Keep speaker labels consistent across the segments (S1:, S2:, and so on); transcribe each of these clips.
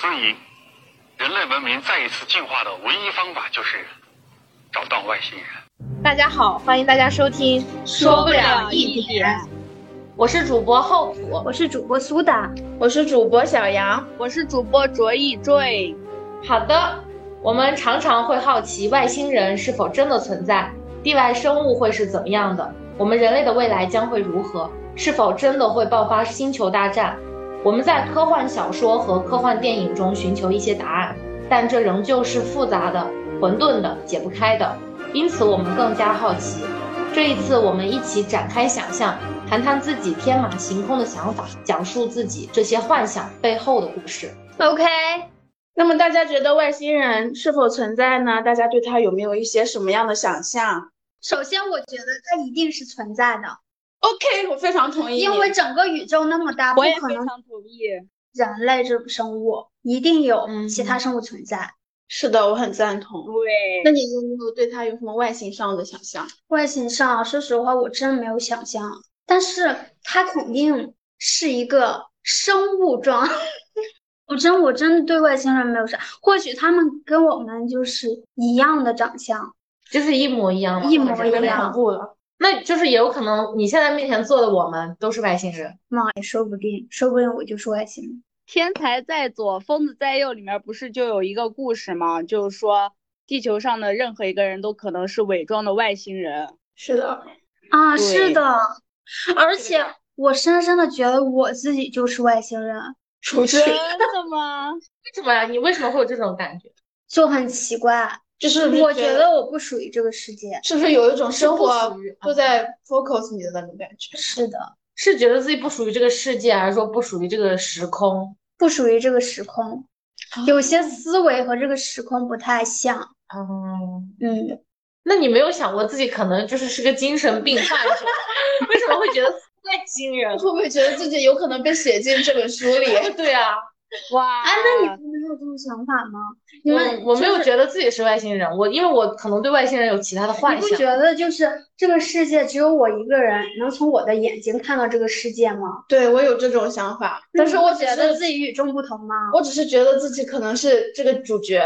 S1: 所以，人类文明再一次进化的唯一方法就是找到外星人。
S2: 大家好，欢迎大家收听，
S3: 说不了一点。
S2: 我是主播厚朴，
S4: 我是主播苏打，
S5: 我是主播小杨，
S6: 我是主播卓一坠。
S2: 好的，我们常常会好奇外星人是否真的存在，地外生物会是怎么样的，我们人类的未来将会如何，是否真的会爆发星球大战？我们在科幻小说和科幻电影中寻求一些答案，但这仍旧是复杂的、混沌的、解不开的。因此，我们更加好奇。这一次，我们一起展开想象，谈谈自己天马行空的想法，讲述自己这些幻想背后的故事。
S4: OK，
S5: 那么大家觉得外星人是否存在呢？大家对他有没有一些什么样的想象
S4: 首先我觉得它一定是存在的，
S5: ？OK，我非常同意你。
S4: 因为整个宇宙那么大，不
S3: 我也
S4: 可
S3: 非
S4: 能
S3: 常同意。
S4: 人类这种生物一定有
S2: 嗯
S4: 其他生物存在。
S5: 是的，我很赞同。那
S3: 对，
S5: 你有没有对他有什么外形上的想象？
S4: 外形上，说实话，我真没有想象，但是它肯定是一个生物状。 我真我真的对外星人没有啥，或许他们跟我们就是一样的长相，
S2: 就是一模一样吗？
S4: 一模
S2: 还
S4: 一
S2: 是
S5: 有
S4: 样
S5: 点恐怖了。
S2: 那就是也有可能你现在面前坐的我们都是外星人。
S4: 妈也说不定，说不定我就是外星人。
S3: 天才在左，疯子在右里面不是就有一个故事吗？就是说地球上的任何一个人都可能是伪装的外星人。
S5: 是的，
S4: 啊，是
S3: 对
S4: 的， 而
S5: 是
S4: 且
S5: 的
S4: 我深深的觉得我自己就是外星人，
S5: 出去
S3: 真的 吗？
S2: 为什么呀？你为什么会有这种感觉？
S4: 就很奇怪。
S5: 就是不是
S4: 我
S5: 觉
S4: 觉得我不属于这个世界。
S5: 是不是有一种
S2: 是
S5: 生活
S2: 不属于嗯
S5: 都在 focus 你的那种感觉？
S4: 是的，
S2: 是觉得自己不属于这个世界，还是说不属于这个时空？
S4: 不属于这个时空，
S2: 啊
S4: 有些思维和这个时空不太像。
S2: 嗯，
S4: 嗯，
S2: 那你没有想过自己可能就是是个精神病患者？ 为什么会觉得外星 人？
S5: 会不会觉得自己有可能被写进这本书 里？
S2: 对啊，
S3: 哇，
S4: 哎，那你们没有这种想法吗？你们
S2: 我我没有
S4: 就是
S2: 觉得自己是外星人，我因为我可能对外星人有其他的幻
S4: 你不
S2: 想。
S4: 觉得就是这个世界只有我一个人能从我的眼睛看到这个世界吗？
S5: 对我有这种想法，
S4: 但
S5: 但
S4: 是
S5: 是
S4: 嗯我
S5: 我
S4: 觉
S5: 只
S4: 得
S5: 是
S4: 自己与众不同吗？
S5: 我只是觉得自己可能是这个主角，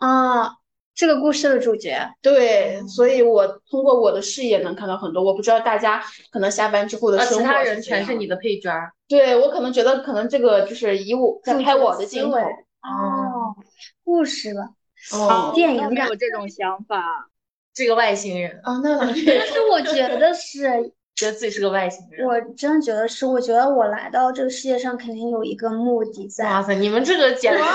S2: 嗯
S4: 啊，这个故事的主角，
S5: 对，所以我通过我的视野能看到很多。我不知道大家可能下班之后的
S2: 呃，
S5: 生
S2: 其
S5: 活
S2: 他
S5: 是
S2: 人
S5: 怎
S2: 全
S5: 样
S2: 是你
S5: 的。
S2: 的配角儿。
S5: 对，我可能觉得可能这个就是以我在
S4: 主
S5: 拍
S4: 角
S5: 我的
S4: 思
S5: 镜头
S4: 维。
S2: 哦
S4: 哦，故事吧，
S2: 哦，
S4: 电
S3: 我
S4: 影
S3: 没
S4: 感
S3: 有。这种想法。
S2: 这个外星人
S5: 啊， 那倒是。
S4: 但是我觉得是，
S2: 觉得自己是个外星人。
S4: 我真觉得是，我觉得我来到这个世界上肯定有一个目的
S2: 哇
S4: 在。
S2: 塞，你们这个简直
S5: 哇
S2: 是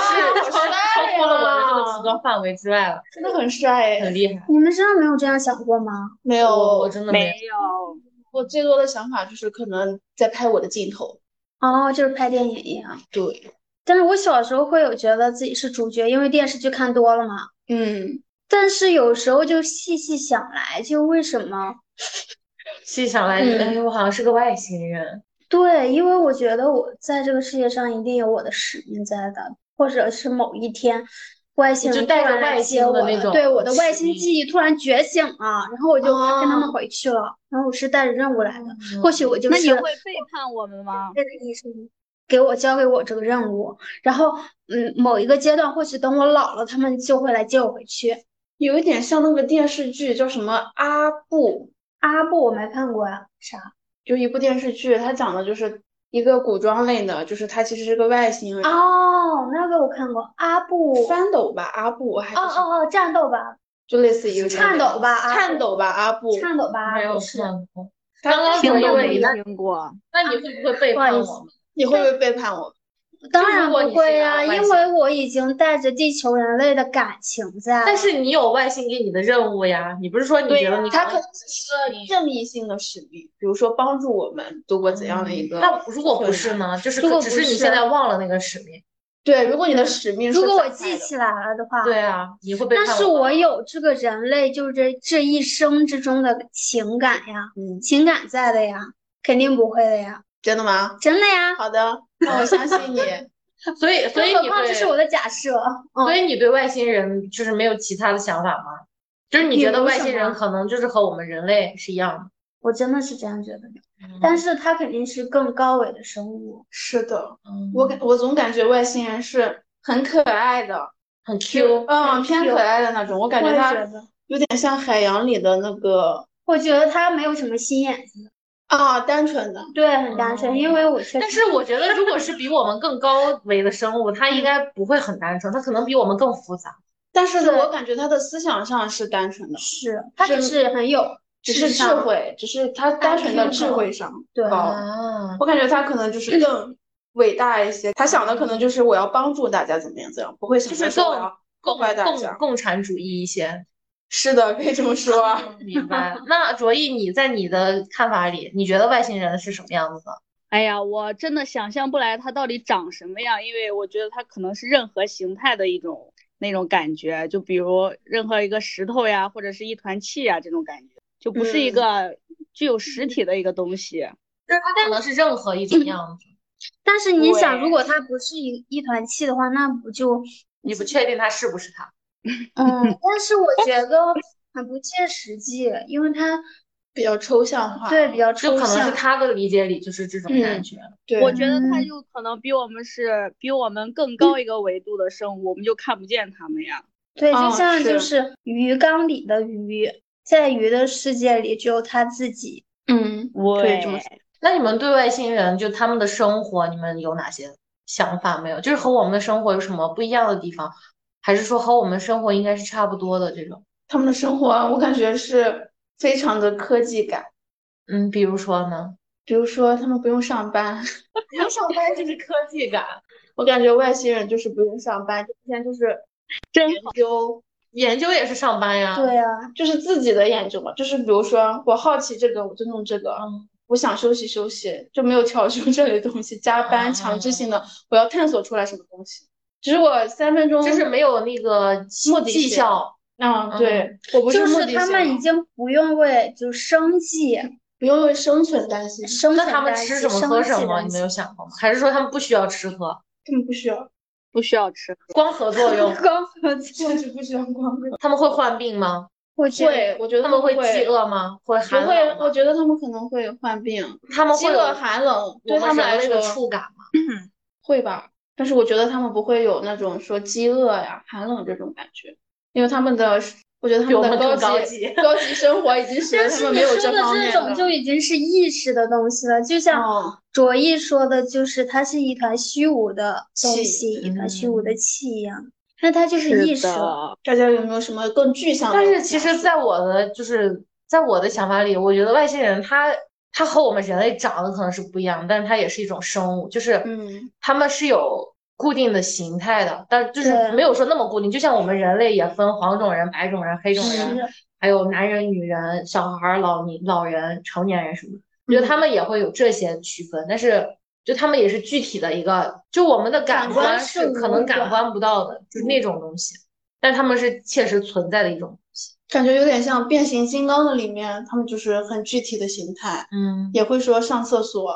S2: 超
S5: 好
S2: 超
S5: 帅
S2: 脱了我的这个
S5: 呀
S2: 极端范围之外了，
S5: 真的很帅
S2: 很
S5: 哎！
S2: 厉害。
S4: 你们真的没有这样想过吗？
S5: 没有，
S2: 我我真的没
S3: 没
S2: 有。
S3: 有，
S5: 我最多的想法就是可能在拍我的镜头。
S4: 哦，就是拍电影一样。
S5: 对，
S4: 但是我小时候会有觉得自己是主角，因为电视剧看多了嘛。
S5: 嗯，
S4: 但是有时候就细细想来，就为什么？
S2: 细想来，觉得，
S5: 嗯
S2: 哎，我好像是个外星人。
S4: 对，因为我觉得我在这个世界上一定有我的使命在的，或者是某一天外星
S2: 就
S4: 人突
S2: 带着
S4: 然来
S2: 外
S4: 接
S2: 星的
S4: 我
S2: 那
S4: 了
S2: 种
S4: 对，我的外
S2: 使
S4: 星
S2: 命
S4: 记忆突然觉醒了，然后我就跟他们
S5: 哦
S4: 回去了，然后我是带着任务来
S2: 哦
S4: 的，嗯或许我就
S3: 那你
S4: 是
S3: 会背叛我们吗？
S4: 这个医生给我交给我这个任务，然后嗯，某一个阶段，或许等我老了，他们就会来接我回去。
S5: 有一点像那个电视剧叫什么《阿布》，
S4: 阿布我没看过呀，啥？
S5: 就一部电视剧，它讲的就是一个古装类的，就是他其实是个外星
S2: 啊
S5: 人。
S4: 哦，那个我看过，阿布。
S5: 翻斗吧，阿布，还是
S4: 哦
S5: 什么
S4: 哦哦，战斗吧，
S5: 就类似于有这种
S4: 颤抖吧，阿
S5: 颤
S4: 布，
S5: 抖吧，阿布。
S4: 颤抖吧，
S2: 没有
S4: 不是。
S2: 看过。刚刚
S3: 听
S2: 可能
S3: 都
S2: 因为
S3: 没
S2: 你那，
S3: 听过。
S2: 那你会不会背
S4: 不好
S2: 叛
S4: 意
S2: 我
S4: 思
S2: 们？
S5: 你会不会背叛我？
S4: 当
S2: 就如
S4: 然
S2: 果
S4: 不
S2: 你是
S4: 会
S2: 一个
S4: 啊，
S2: 外
S4: 因
S2: 星
S4: 为我已经带着地球人类的感情在了。
S2: 但是你有外星给你的任务呀，你不是说你
S3: 对
S2: 觉得
S3: 呀
S2: 你
S5: 他
S2: 可
S5: 可
S2: 能
S5: 能只是正义性的使命，比如说帮助我们度过怎样的一
S4: 嗯
S5: 个。
S2: 那如果不是呢？就是
S4: 如
S2: 可
S4: 果
S2: 只
S4: 不
S2: 是你
S4: 是
S2: 现在忘了那个使命。
S5: 对，如果你的使命是
S4: 如果我
S5: 反派
S4: 记
S5: 的
S4: 起来了的话，
S2: 对啊，你会背
S4: 但
S2: 叛
S4: 是
S2: 我
S4: 我
S2: 吗
S4: 有这个人类就是这这一生之中的情感呀，
S5: 嗯，
S4: 情感在的呀，肯定不会的呀，
S5: 真的吗？
S4: 真的呀。
S5: 好的，那我相 信你。
S2: 所以所以
S4: 更
S2: 你
S4: 何况这
S2: 对
S4: 是我的假设，
S2: 所
S4: 嗯，
S2: 以你对外星人就是没有其他的想法吗？就是你觉
S4: 比
S2: 得
S4: 如
S2: 外
S4: 什
S2: 星人
S4: 么
S2: 可能就是和我们人类是一样
S4: 我真的是这样觉得的。
S2: 的，
S4: 但
S2: 是
S4: 是它肯定是更高维的生物，
S2: 嗯
S5: 是的，我感我总感觉外星人是很可爱的，
S2: 很 Q。
S5: 嗯，偏可爱的那种。我感觉
S4: 我也
S5: 它
S4: 觉得
S5: 有点像海洋里的那个
S4: 我觉得他没有什么心眼，
S5: 啊，单纯的。
S4: 对，很单纯。因为我确实，
S2: 但是我觉得，如果是比我们更高维的生物，它应该不会很单纯，它可能比我们更复杂。
S5: 但是呢，
S4: 对
S5: 我感觉他的思想上是单纯的，
S4: 是他只是很有
S5: 只是智
S4: 商，
S5: 慧，只是他单纯的
S4: IQ
S5: 智慧上嗯
S4: 对
S5: 高。
S2: 啊，
S5: 我感觉他可能就是更伟大一些，他想的可能就是我要帮助大家怎么样怎么样，不会想
S2: 就是
S5: 着说我
S2: 更
S5: 要
S2: 共
S5: 破坏大
S2: 共
S5: 家。
S2: 共产主义一些。嗯
S5: 是的，可以这么说啊。
S2: 明白。那卓毅，你在你的看法里，你觉得外星人是什么样子的？
S3: 哎呀，我真的想象不来它到底长什么样，因为我觉得它可能是任何形态的一种那种感觉，就比如任何一个石头呀，或者是一团气呀这种感觉，就不是一
S5: 嗯
S3: 个具有
S2: 嗯
S3: 实体的一个东西。
S2: 它可能是任何一种样子，
S4: 但是你想，
S5: 对
S4: 如果他不是一一团气的话，那不就
S2: 你不确定它是不是它。
S4: 嗯？但是我觉得很不切实际，因为他
S5: 比较抽象化，
S4: 对比较
S2: 就
S4: 抽
S2: 可能是
S4: 象。
S2: 他的理解里就是这种感觉。
S5: 对，
S3: 我觉得它
S4: 嗯
S3: 就可能比我们是比我们更高一个维度的生物，我们就看不见它们呀。
S4: 对，
S5: 哦
S4: 就像就是是鱼缸里的鱼，在鱼的世界里只有他自己。
S5: 嗯，可以这么
S3: 对
S5: 说。
S2: 那你们对外星人就他们的生活，你们有哪些想法没有？就是和我们的生活有什么不一样的地方，还是说和我们生活应该是差不多的这种？
S5: 他们的生活我感觉是非常的科技感，
S2: 嗯，比如说呢？
S5: 比如说他们不用上 班，
S2: 不用上班 就是科技感，
S5: 我感觉外星人就是不用上班，就天天就是
S3: 真
S5: 研究，
S2: 研究也是上班呀。
S4: 对啊，
S5: 就是自己的研究嘛，就是比如说我好奇这个，我就弄这个。
S2: 嗯，
S5: 我想休息休息，就没有调休这类东西，加
S2: 哦
S5: 班强制性的，我要探索出来什么东西。只是我三分钟，
S2: 就是没嗯有那个
S5: 目的
S2: 绩
S5: 性
S2: 效。
S5: 啊，对，我不
S4: 就是
S5: 目
S4: 是
S5: 的
S4: 他
S5: 性
S4: 们
S5: 的
S4: 已经不用为就是生计、
S5: 不用为生存担心，
S4: 生
S2: 那
S4: 存
S2: 他们
S4: 担
S2: 吃什
S4: 心
S2: 么
S4: 生
S2: 喝
S4: 计
S2: 什么？
S4: 担
S2: 你
S4: 心？
S2: 们有想过吗？还是说他们不需要吃喝，
S5: 根本不需要，
S3: 不需要 吃。
S2: 光合作用
S4: 光合作
S5: 确实不需要光棍。
S2: 他们会患病吗？
S4: 我觉得
S5: 会，我觉得
S2: 他们
S5: 会
S2: 会饥饿吗？会
S5: 不
S2: 寒
S5: 会
S2: 冷，
S5: 我
S2: 吗？
S5: 觉得他们可能会患病，
S2: 他们
S5: 饥
S2: 会有
S5: 饿、寒冷，
S2: 我
S5: 对他
S2: 们
S5: 们
S2: 人
S5: 来
S2: 类的
S5: 说
S2: 触感吗？
S5: 会吧。但是我觉得他们不会有那种说饥饿呀、寒冷这种感觉，因为他们的，我觉得他
S2: 比我
S5: 们的
S2: 们更高
S5: 级
S2: 级
S5: 高级生活已经使得
S4: 但
S5: 他
S4: 是
S5: 们
S4: 你
S5: 没有
S4: 说的
S5: 方面
S4: 种
S5: 的。
S4: 就已经是意识的东西了，就像
S5: 哦，
S4: 卓毅说的，就是它是一团虚无的东
S5: 气
S4: 西，一团虚
S2: 嗯
S4: 无的气一样。那它就是意识了，
S3: 的，
S5: 大家有没有什么更具
S4: 嗯
S5: 象的
S2: 但
S5: 描述？
S2: 是其实，在我的就是在我的想法里，我觉得外星人他他和我们人类长得可能是不一样，但是他也是一种生物，就是
S5: 嗯，
S2: 他们是有固定的形态的，但就是
S4: 对
S2: 没有说那么固定。就像我们人类也分黄种人、白种人、黑种人，
S4: 是
S2: 还有男人、女人、小孩儿、老年老人、成年人什么的，我觉
S4: 嗯
S2: 得他们也会有这些区分，但是就他们也是具体的一个，就我们的感
S4: 感官
S2: 是
S4: 是嗯
S2: 可能
S4: 无
S2: 感
S4: 感
S2: 官不到的，就是那种东西，但他们是切实存在的一种东西。
S5: 感觉有点像变形金刚的里面，他们就是很具体的形态，
S2: 嗯，
S5: 也会说上厕所、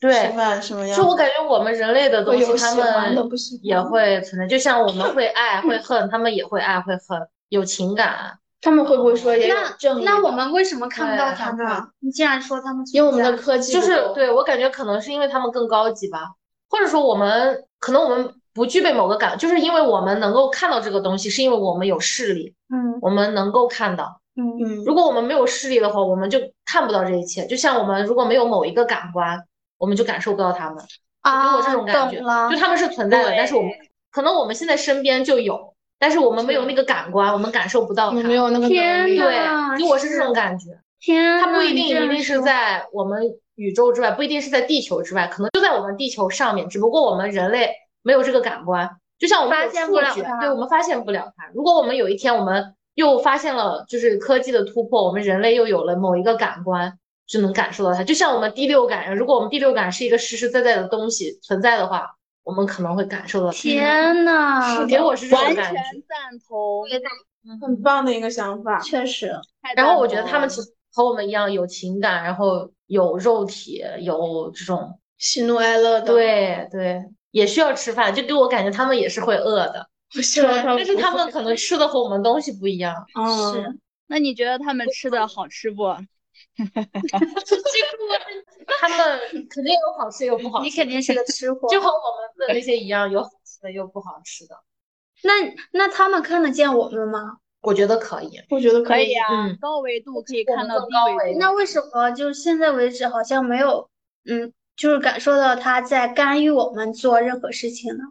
S5: 吃
S2: 对，
S5: 饭什么样
S2: 就我感觉我们人类的东
S5: 会有
S2: 西，
S5: 喜
S2: 他
S5: 欢的，
S2: 们
S5: 不喜欢
S2: 也
S5: 的
S2: 会存在，就像我们会 爱会恨，他们也会爱会恨，有情感。啊
S5: 他们会不会说也有正
S4: 那
S5: 义
S4: 那我
S5: 的
S4: 们为什么看不到
S2: 对
S4: 他
S5: 看不
S4: 们
S5: 到？
S4: 你竟然说他们
S5: 因为我
S4: 存
S5: 们的
S4: 在
S5: 科技
S2: 就
S5: 不
S2: 是
S5: 够
S2: 对我感觉可能是因为他们更高级吧，或者说我们可能我们不具备某个感，就是因为我们能够看到这个东西，是因为我们有视力，
S4: 嗯
S2: 我们能够看到。
S4: 嗯
S5: 嗯，
S2: 如果我们没有视力的话，我们就看不到这一切。就像我们如果没有某一个感官，我们就感受不到它们，
S4: 啊，
S2: 给我这种感觉
S4: 懂了
S2: 就，它们是存在的，但是我们
S3: 对
S2: 可能我们现在身边就有，但是我们没有那个感官，我们感受不到
S5: 我
S2: 它。
S5: 们没有那个能
S4: 天
S5: 力
S4: 呐
S2: 对，就我是这种感觉。
S4: 天
S2: 它不
S4: 呐
S2: 一
S4: 你
S2: 定
S4: 嗯这
S2: 一
S4: 样
S2: 定是
S4: 说
S2: 在我们宇宙之外，不一定是在地球之外，可能就在我们地球上面，只不过我们人类没有这个感官，就像我们
S4: 发
S2: 有
S4: 现
S2: 触
S4: 不了
S2: 觉
S4: 它
S2: 对，我们发现不了它。如果我们有一天我们又发现了就是科技的突破，我们人类又有了某一个感官，就能感受到它。就像我们第六感，如果我们第六感是一个实实在在的东西存在的话，我们可能会感受到它。
S4: 天呐，
S2: 给我是这种
S3: 完
S2: 感
S3: 全
S2: 觉。
S3: 赞同。
S5: 很棒的一个想法。
S4: 确实，
S3: 太
S2: 然后我
S3: 赞
S2: 觉得
S3: 同
S2: 他们
S3: 了
S2: 其实和我们一样有情感，然后有肉体，有这种
S5: 喜怒哀乐的，，
S2: 对对，也需要吃饭，就给我感觉他们也是会饿的，
S5: 我希望他
S2: 但是
S5: 不
S2: 他
S5: 会
S2: 们可能吃的和我们东西不一 样。
S5: 嗯
S4: 是
S3: 那你觉得他们吃的好吃不？
S2: 他们肯定有好吃有不好
S4: 你
S2: 吃
S4: 肯
S2: 的，
S4: 定是个吃货，
S2: 就和我们的那些一样，有好吃
S7: 吃的，也有不好吃的。
S4: 那那他们看得见我们吗？
S7: 我觉得可以，
S5: 我觉得
S3: 可以啊，
S2: 嗯
S3: 高维度可以
S7: 我
S3: 看
S7: 们
S3: 到
S7: 更
S3: 低
S7: 高
S3: 维
S7: 维
S3: 度。
S4: 那为什么就是现在为止好像没有，嗯，就是感受到他在干预我们做任何事情呢？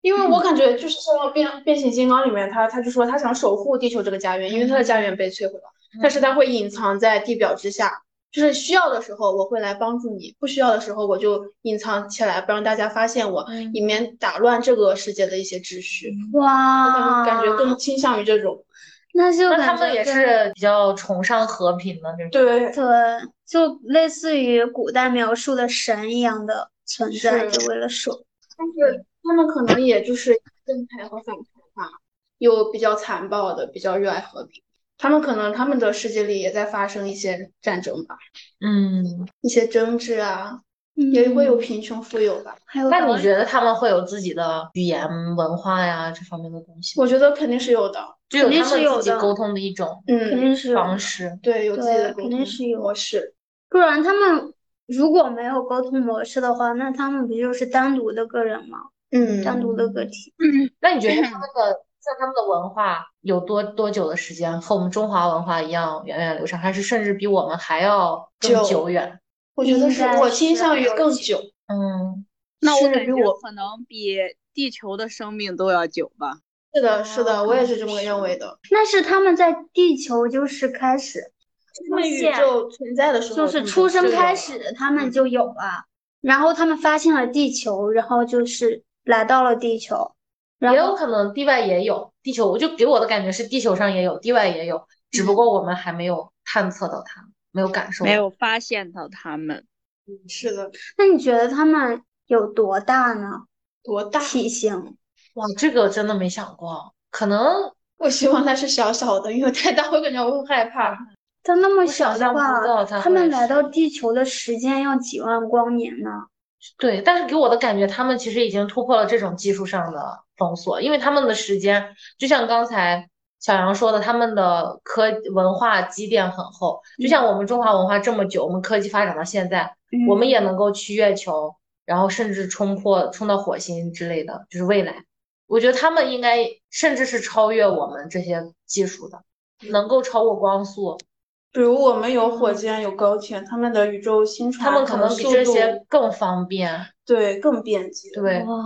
S5: 因为我感觉就是像《变变形金刚》里面他，他就说他想守护地球这个家园，因为他的家园被摧毁了，但是他会隐藏在地表之下，就是需要的时候我会来帮助你，不需要的时候我就隐藏起来，不让大家发现我，
S3: 嗯
S5: 以免打乱这个世界的一些秩序。我感
S4: 哇，
S5: 觉感觉更倾向于这种，
S4: 那就
S2: 那
S4: 感
S2: 他们
S4: 觉
S2: 也
S4: 跟
S2: 是比较崇尚和平的那种。
S5: 对，
S4: 对，就类似于古代描述的神一样的存在，
S5: 是
S4: 就为了守。
S5: 但是他们可能也就是正派和反派吧，有比较残暴的，比较热爱和平。他们可能他们的世界里也在发生一些战争吧，
S2: 嗯，
S5: 一些争执啊，也
S4: 也
S5: 会有贫穷富有吧。
S4: 嗯还有
S2: 那
S4: 高
S2: 你觉得他们会有自己的语言文化呀这方面的东西吗？
S5: 我觉得肯定是有的，
S2: 就有
S4: 肯定
S2: 他
S4: 是
S2: 们
S4: 有
S2: 自己
S4: 的
S2: 沟通的一种
S4: 肯
S5: 嗯，
S4: 定是有
S2: 方
S4: 的
S2: 式。
S5: 对，有自己
S4: 对
S5: 的沟
S4: 肯定
S5: 通
S4: 是有
S5: 模式。
S4: 不然他们如果没有沟通模式的话，那他们不就是单独的个人吗？
S5: 嗯，
S4: 单独的个体。
S2: 那你觉得他们的像他们的文化有多多久的时间和我们中华文化一样源远流长，还是甚至比我们还要更
S5: 久
S2: 久远？
S5: 我觉得是
S4: 应该
S5: 我倾
S4: 是
S5: 向于
S4: 有
S5: 更
S4: 一些
S5: 久，
S2: 嗯，
S3: 那我
S5: 甚至
S3: 感
S5: 比
S3: 觉
S5: 我
S3: 可能比地球的生命都要久吧。
S5: 是的，是的，我也是这
S4: 可能
S5: 么
S4: 是
S5: 认为的。
S4: 那是他们在地球就是开始
S5: 他
S4: 出
S5: 们宇
S4: 现，
S5: 宙存在的时候，
S4: 就是
S5: 他们
S4: 出生
S5: 有
S4: 开
S5: 了
S4: 始他们就有了，然后他们发现了地球，然后就是来到了地球，然
S2: 也
S4: 后。
S2: 有可能地外也有，地球我就给我的感觉是地球上也有，地外也有，只不过我们还没有探测到它，没有感受
S3: 没
S2: 到。
S3: 有发现到他们，
S5: 是的，
S4: 那你觉得他们有多大呢？
S5: 多大？
S4: 体型？
S2: 哇，这个真的没想过，啊可能
S5: 我希望它是小小的，因为太大我感觉我会害怕。
S4: 它那么
S2: 我
S4: 小
S2: 想象
S4: 的
S2: 不
S4: 话，
S2: 到它
S4: 他们
S2: 会
S4: 来
S2: 是
S4: 到地球的时间要几万光年呢？
S2: 对，但是给我的感觉，他们其实已经突破了这种技术上的封锁，因为他们的时间，就像刚才小杨说的，他们的科文化积淀很厚，
S5: 嗯
S2: 就像我们中华文化这么久，我们科技发展到现在，
S4: 嗯
S2: 我们也能够去月球，然后甚至冲破冲到火星之类的，就是未来，我觉得他们应该甚至是超越我们这些技术的，能够超过光速，
S5: 比如我们有火箭，有高铁，他们的宇宙星
S2: 他
S5: 船
S2: 们
S5: 可
S2: 可
S5: 能
S2: 能比
S5: 速
S2: 这
S5: 度
S2: 些更方便，
S5: 对更便捷。
S2: 对。
S4: 哇，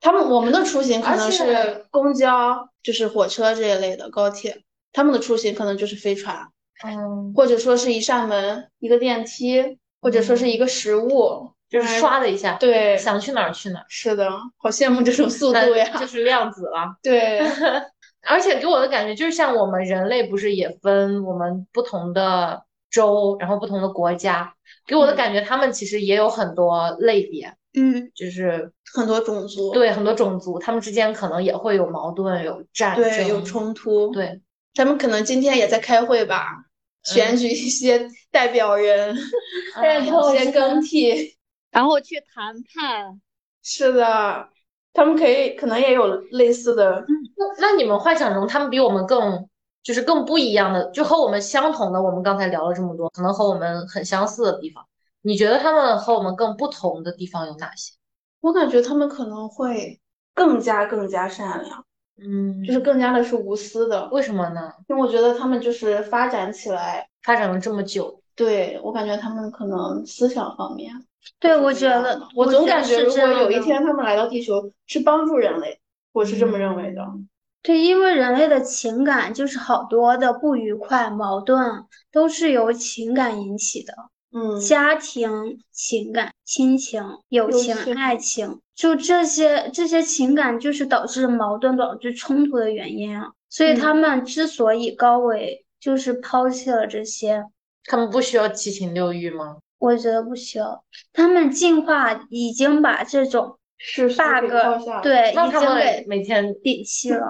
S5: 他们我们的出行可
S2: 而
S5: 能
S2: 且
S5: 是公交，就是火车这一类的高铁，他们的出行可能就是飞船，
S2: 嗯，
S5: 或者说是一扇门、一个电梯，或者说是一个食物。
S2: 就是唰的一下，
S5: 对，
S2: 想去哪儿去哪儿。
S5: 是的，好羡慕这种速
S2: 那
S5: 度呀。
S2: 就是量子了。
S5: 对，
S2: 啊 而且给我的感觉就是，像我们人类不是也分我们不同的州，然后不同的国家，给我的
S5: 嗯
S2: 感觉他们其实也有很多类别，
S4: 嗯，
S2: 就是
S5: 很多种族，
S2: 对很多种族，他们之间可能也会有矛盾、有战
S5: 对，
S2: 争，
S5: 有冲突。
S2: 对，嗯
S5: 咱们可能今天也在开会吧，选举一些代表人，
S2: 哎
S5: 有 一些更替。
S3: 然后去谈判。
S5: 是的，他们可以可能也有类似的，
S2: 那那你们幻想中，他们比我们更，就是更不一样的，就和我们相同的，我们刚才聊了这么多，可能和我们很相似的地方，你觉得他们和我们更不同的地方有哪些？
S5: 我感觉他们可能会更加更加善良，
S2: 嗯，
S5: 就是更加的是无私的，
S2: 为什么呢？
S5: 因为我觉得他们就是发展起来，
S2: 发展了这么久，
S5: 对，我感觉他们可能思想方面
S4: 对，
S5: 不
S4: 我
S5: 一
S4: 觉
S5: 样
S4: 得，
S5: 的，我总感觉
S4: 觉是
S5: 如
S4: 这
S5: 果有
S4: 样
S5: 一
S4: 的
S5: 天他们来到地球，是帮助人类，我是这么认为的。
S4: 嗯对，因为人类的情感就是好多的不愉快、矛盾都是由情感引起的，
S5: 嗯，
S4: 家庭情感、亲情、友
S5: 友
S4: 情、
S5: 情
S4: 爱情，就这些这些情感就是导致矛盾、导致冲突的原因啊。所以他
S5: 嗯
S4: 们之所以高维，就是抛弃了这些，
S2: 他们不需要七情六欲吗？
S4: 我觉得不需要。他们进化已经把这种
S5: 是
S4: bug
S5: 下，，
S4: 对
S2: 那
S4: 已
S2: 他
S4: 经
S2: 们
S4: 给
S2: 每天，
S4: 摒弃了，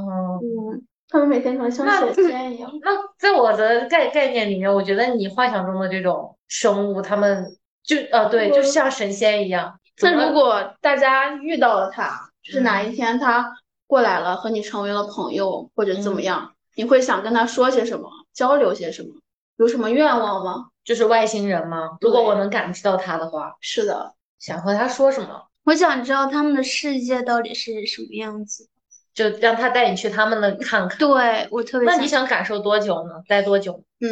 S2: 嗯，
S4: 嗯，
S5: 他们每天可能像
S2: 那
S5: 雪仙一样。
S2: 那在我的概概念里面，我觉得你幻想中的这种生物，他们就呃，对，就像神仙一样。怎
S5: 那
S2: 么
S5: 如果大家遇到了他，就是哪
S2: 嗯
S5: 一天他过来了，和你成为了朋友或者怎么
S2: 嗯
S5: 样，你会想跟他说些什么，交流些什么，有什么愿望吗？
S2: 就是外星人吗？如果
S5: 对
S2: 我能感知到他的话，
S5: 是的，
S2: 想和他说什么？
S4: 我想知道他们的世界到底是什么样子。
S2: 就让他带你去他们那里看看。
S4: 对我特别
S2: 那
S4: 想
S2: 你想感受多久呢？待多久？
S5: 嗯，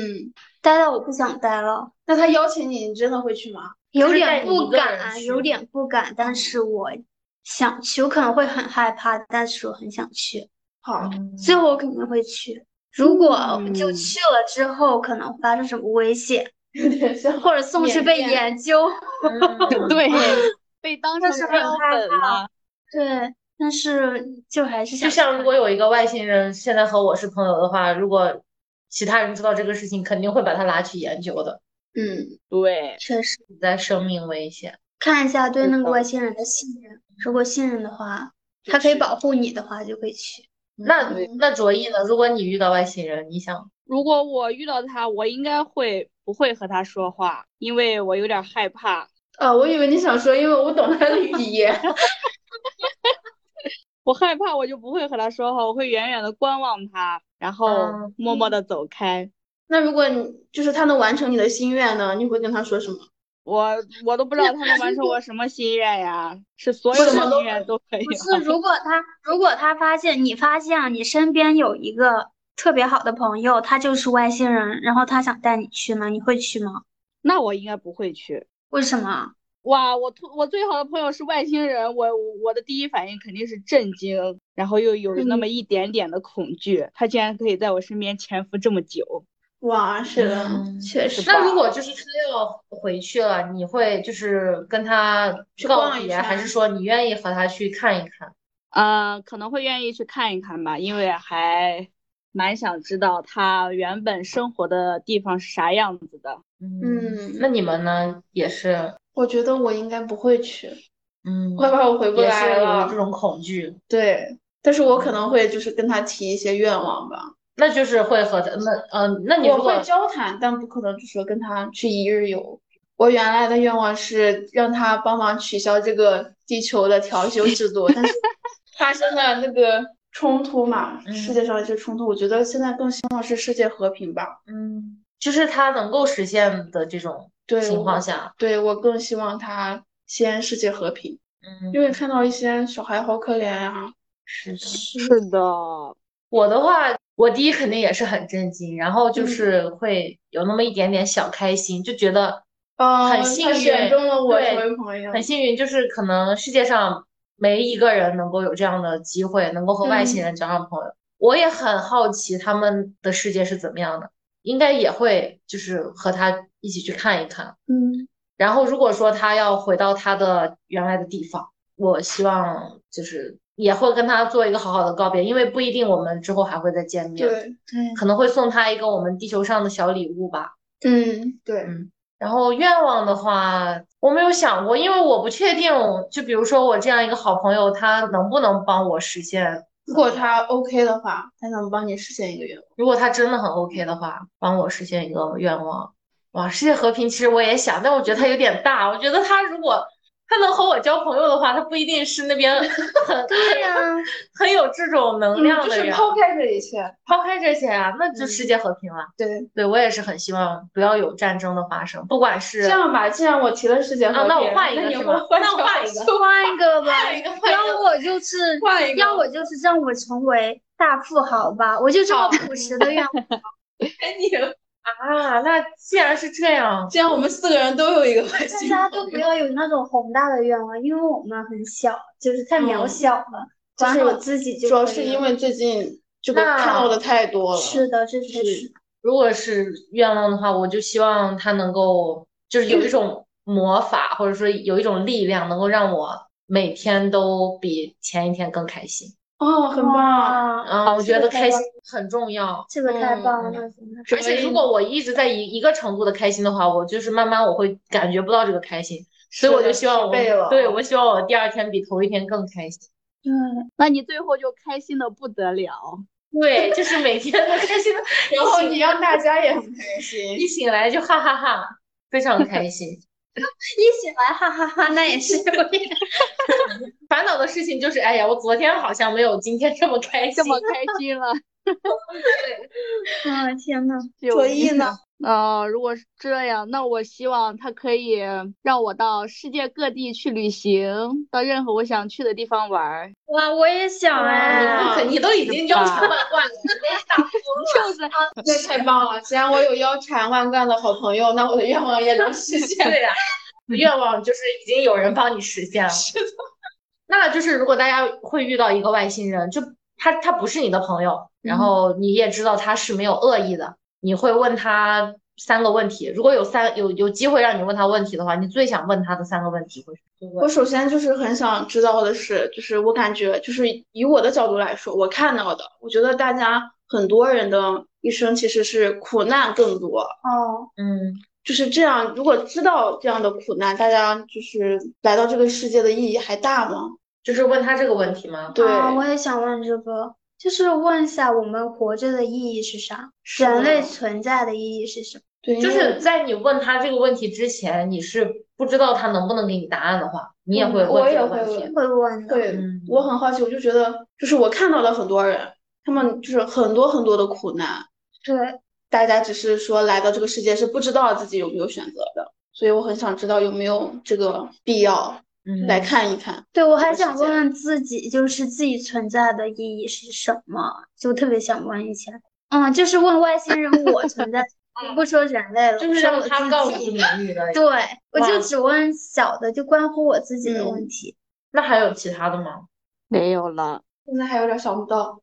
S4: 待到我不想待了，
S5: 那他邀请你，你真的会去吗？
S4: 有
S2: 是带
S4: 点
S2: 你
S4: 不
S2: 一个人
S4: 敢，
S2: 去
S4: 有点不敢，但是我想去，我可能会很害怕，但是我很想去，
S5: 好，
S4: 最后我肯定会去。如果就
S3: 嗯
S4: 去了之后，可能发生什么危险，
S5: 有点像。
S4: 或者送去
S5: 缅
S4: 被
S5: 甸
S4: 研究。
S2: 嗯
S3: 对，被当成
S4: 但是很
S3: 标
S4: 害
S3: 本了。
S4: 对，但是就还是
S2: 就
S4: 想
S2: 像
S4: 看
S2: 如果有一个外星人现在和我是朋友的话，如果其他人知道这个事情，肯定会把他拉去研究的，
S5: 嗯，
S3: 对，
S4: 确实
S2: 存在生命危险。
S4: 看一下对
S2: 是
S4: 那个
S2: 的
S4: 外星人的信任，如果信任的话，他可以保护你的话，就可以去。
S2: 那
S5: 对
S2: 那卓毅呢？如果你遇到外星人，你想
S3: 如果我遇到他，我应该会不会和他说话，因为我有点害怕。
S5: 啊，我以为你想说，因为我懂他的语言。
S3: 我害怕，我就不会和他说话，我会远远的观望他，然后
S2: 嗯
S3: 默默的走开。
S5: 那如果你就是他能完成你的心愿呢，你会跟他说什么？
S3: 我我都不知道他能完成我什么心愿呀，是所
S5: 不
S3: 有
S5: 是
S3: 的
S5: 我都
S3: 心愿都可
S5: 哎
S3: 以
S4: 不
S3: 啊。
S4: 是，如果他如果他发现你发现啊你身边有一个特别好的朋友，他就是外星人，然后他想带你去吗？你会去吗？
S3: 那我应该不会去。
S4: 为什么？
S3: 哇，我突我最好的朋友是外星人，我我我的第一反应肯定是震惊，然后又有那么一点点的恐惧。他竟然可以在我身边潜伏这么久，
S5: 哇，是的，
S2: 嗯
S5: 确实吧。
S2: 那如果就是他要回去了，你会就是跟他
S5: 去
S2: 告
S5: 逛一
S2: 别，还
S5: 圈
S2: 是说你愿意和他去看一看？
S3: 呃，可能会愿意去看一看吧，因为还蛮想知道他原本生活的地方是啥样子的。
S5: 嗯
S2: 那你们呢？也是，
S5: 我觉得我应该不会去，
S2: 嗯，
S5: 我害怕我回不
S2: 也
S5: 来
S2: 是有这
S5: 了。
S2: 种恐惧，
S5: 对，但是我可能会就是跟他提一些愿望吧。
S2: 那就是会和他那嗯、那你
S5: 我
S2: 如果
S5: 会交谈，但不可能就说跟他去一日游。我原来的愿望是让他帮忙取消这个地球的调休制度，但是发生了那个冲突嘛，
S2: 嗯
S5: 世界上一些冲突，我觉得现在更希望是世界和平吧。
S2: 嗯，就是他能够实现的这种
S5: 对
S2: 情况
S5: 我
S2: 下，
S5: 对，我更希望他先世界和平，
S2: 嗯，
S5: 因为看到一些小孩好可怜啊呀、
S2: 是的。
S3: 是的，
S2: 我的话，我第一肯定也是很震惊，然后就
S5: 嗯
S2: 是会有那么一点点小开心，就觉得
S5: 啊，
S2: 很
S5: 他
S2: 幸运
S5: 选中了我
S2: 对
S5: 成为朋友，
S2: 很幸运，就是可能世界上没一个人能够有这样的机会，能够和外
S5: 嗯
S2: 星人交上朋友。我也很好奇他们的世界是怎么样的，应该也会就是和他一起去看一看。
S5: 嗯，
S2: 然后如果说他要回到他的原来的地方，我希望就是也会跟他做一个好好的告别，因为不一定我们之后还会再见面，
S5: 对，嗯
S2: 可能会送他一个我们地球上的小礼物吧。
S5: 嗯，对，
S2: 然后愿望的话，我没有想过，因为我不确定，就比如说我这样一个好朋友，他能不能帮我实现？
S5: 如果他 OK 的话，他想帮你实现一个愿望。
S2: 如果他真的很 OK 的话，帮我实现一个愿望。哇，世界和平，其实我也想，但我觉得他有点大。我觉得他如果他能和我交朋友的话，他不一定是那边很
S4: 对呀、
S2: 很有这种能量
S5: 嗯就
S2: 嗯的
S5: 是
S2: 人。
S5: 抛开这一切，
S2: 抛开这些啊，那就世界和平了。
S5: 对，
S2: 对我也是很希望不要有战争的发生，不管是
S5: 这样吧，既然我提了世界
S2: 啊
S5: 和
S2: 那我
S5: 平，
S2: 换一个
S5: 你
S2: 是
S5: 们
S2: 吧
S5: 换
S2: 那我
S5: 个
S2: 换一个
S4: 换一个吧。要我就是
S5: 哎换一个
S4: 要我就是让我成为大富豪吧，我就这么朴实的愿望。
S2: 啊，那既然是这样，
S5: 既然我们四个人都有一个外
S4: 大
S5: 星
S4: 家
S5: 人，
S4: 都不要有那种宏大的愿望，因为我们很小，就是太渺
S5: 嗯
S4: 小了，
S5: 就
S4: 管
S5: 是
S4: 好自己 就
S5: 主要
S4: 可
S5: 是
S4: 以
S5: 因
S4: 了
S5: 为最近这个
S2: 那
S5: 看到的太多了，
S4: 是的，这确
S5: 是
S4: 实。
S2: 如果是愿望的话，我就希望他能够就是
S5: 嗯
S2: 有一种魔法，或者说有一种力量，能够让我每天都比前一天更开心。
S5: 哦，很棒，
S4: 哇，
S2: 啊，我
S4: 这
S2: 觉
S4: 个
S2: 得
S4: 太
S2: 开
S4: 棒
S2: 心很重要。
S4: 这个太
S5: 嗯
S4: 棒了，
S2: 而且如果我一直在一一个程度的开心的话，我就是慢慢我会感觉不到这个开心，所以
S5: 是
S2: 我就
S5: 的
S2: 希望
S5: 疲
S2: 我
S5: 惫了
S2: 对我希望我第二天比头一天更开心。
S4: 对，
S3: 那你最后就开心的不得了。
S2: 对，就是每天都开心的，
S5: 然后你让大家也很开心
S2: 一，醒来就哈哈哈，非常开心。
S4: 一起来哈哈哈，那也是有点
S2: 烦恼的事情就是，哎呀，我昨天好像没有今天这么开心。
S3: 这么开心了，
S4: 啊，天呐，
S3: 有
S5: 所
S3: 意
S5: 以
S3: 思
S5: 呢，
S3: 呃，如果是这样，那我希望它可以让我到世界各地去旅行，到任何我想去的地方玩儿。
S4: 哇，我也想
S5: 哦
S4: 哎，
S8: 你都已经腰缠万贯了，
S3: 就是
S5: 这太棒了！既然我有腰缠万贯的好朋友，那我的愿望也能实现。
S8: 对呀、愿望就是已经有人帮你实现了。
S2: 那就是如果大家会遇到一个外星人，就他他不是你的朋友，然后你也知道他是没有恶意的，你会问他三个问题。如果有三有有机会让你问他问题的话，你最想问他的三个问题会是什
S5: 我
S2: 么？
S5: 首先就是很想知道的是，就是我感觉，就是以我的角度来说，我看到的，我觉得大家很多人的一生其实是苦难更多，
S4: 哦，
S2: 嗯，
S5: 就是这样。如果知道这样的苦难，大家就是来到这个世界的意义还大吗？
S2: 就是问他这个问题吗？
S5: 对，
S4: 啊，我也想问这个，就是问一下我们活着的意义是啥？
S5: 是
S4: 人类
S5: 的
S4: 存在的意义是什么？
S5: 对，因
S2: 就
S5: 为
S4: 嗯
S2: 是在你问他这个问题之前，你是不知道他能不能给你答案的话，你也会
S5: 嗯我
S2: 问这
S5: 也
S2: 个
S5: 会
S2: 问题。
S5: 问
S4: 会问的，
S5: 对，
S2: 嗯
S5: 我很好奇，我就觉得，就是我看到了很多人，他们就是很多很多的苦难，
S4: 对，
S5: 大家只是说来到这个世界是不知道自己有没有选择的，所以我很想知道有没有这个必要
S2: 嗯
S5: 来看一看。
S4: 对，我还
S5: 我是
S4: 想
S5: 这
S4: 问
S5: 样
S4: 问自己，就是自己存在的意义是什么？就特别想问一下。嗯，就是问外星人我存 在，不说人类了，
S2: 就是
S4: 说
S2: 让
S4: 我
S2: 他
S4: 自
S2: 告诉
S4: 己。
S2: 你你 的。
S4: 对，我就
S2: 哇
S4: 只问小的，就关乎我自己
S5: 嗯
S4: 的问题。
S2: 那还有其他的吗？
S3: 没有了。
S5: 现在还有点想不到，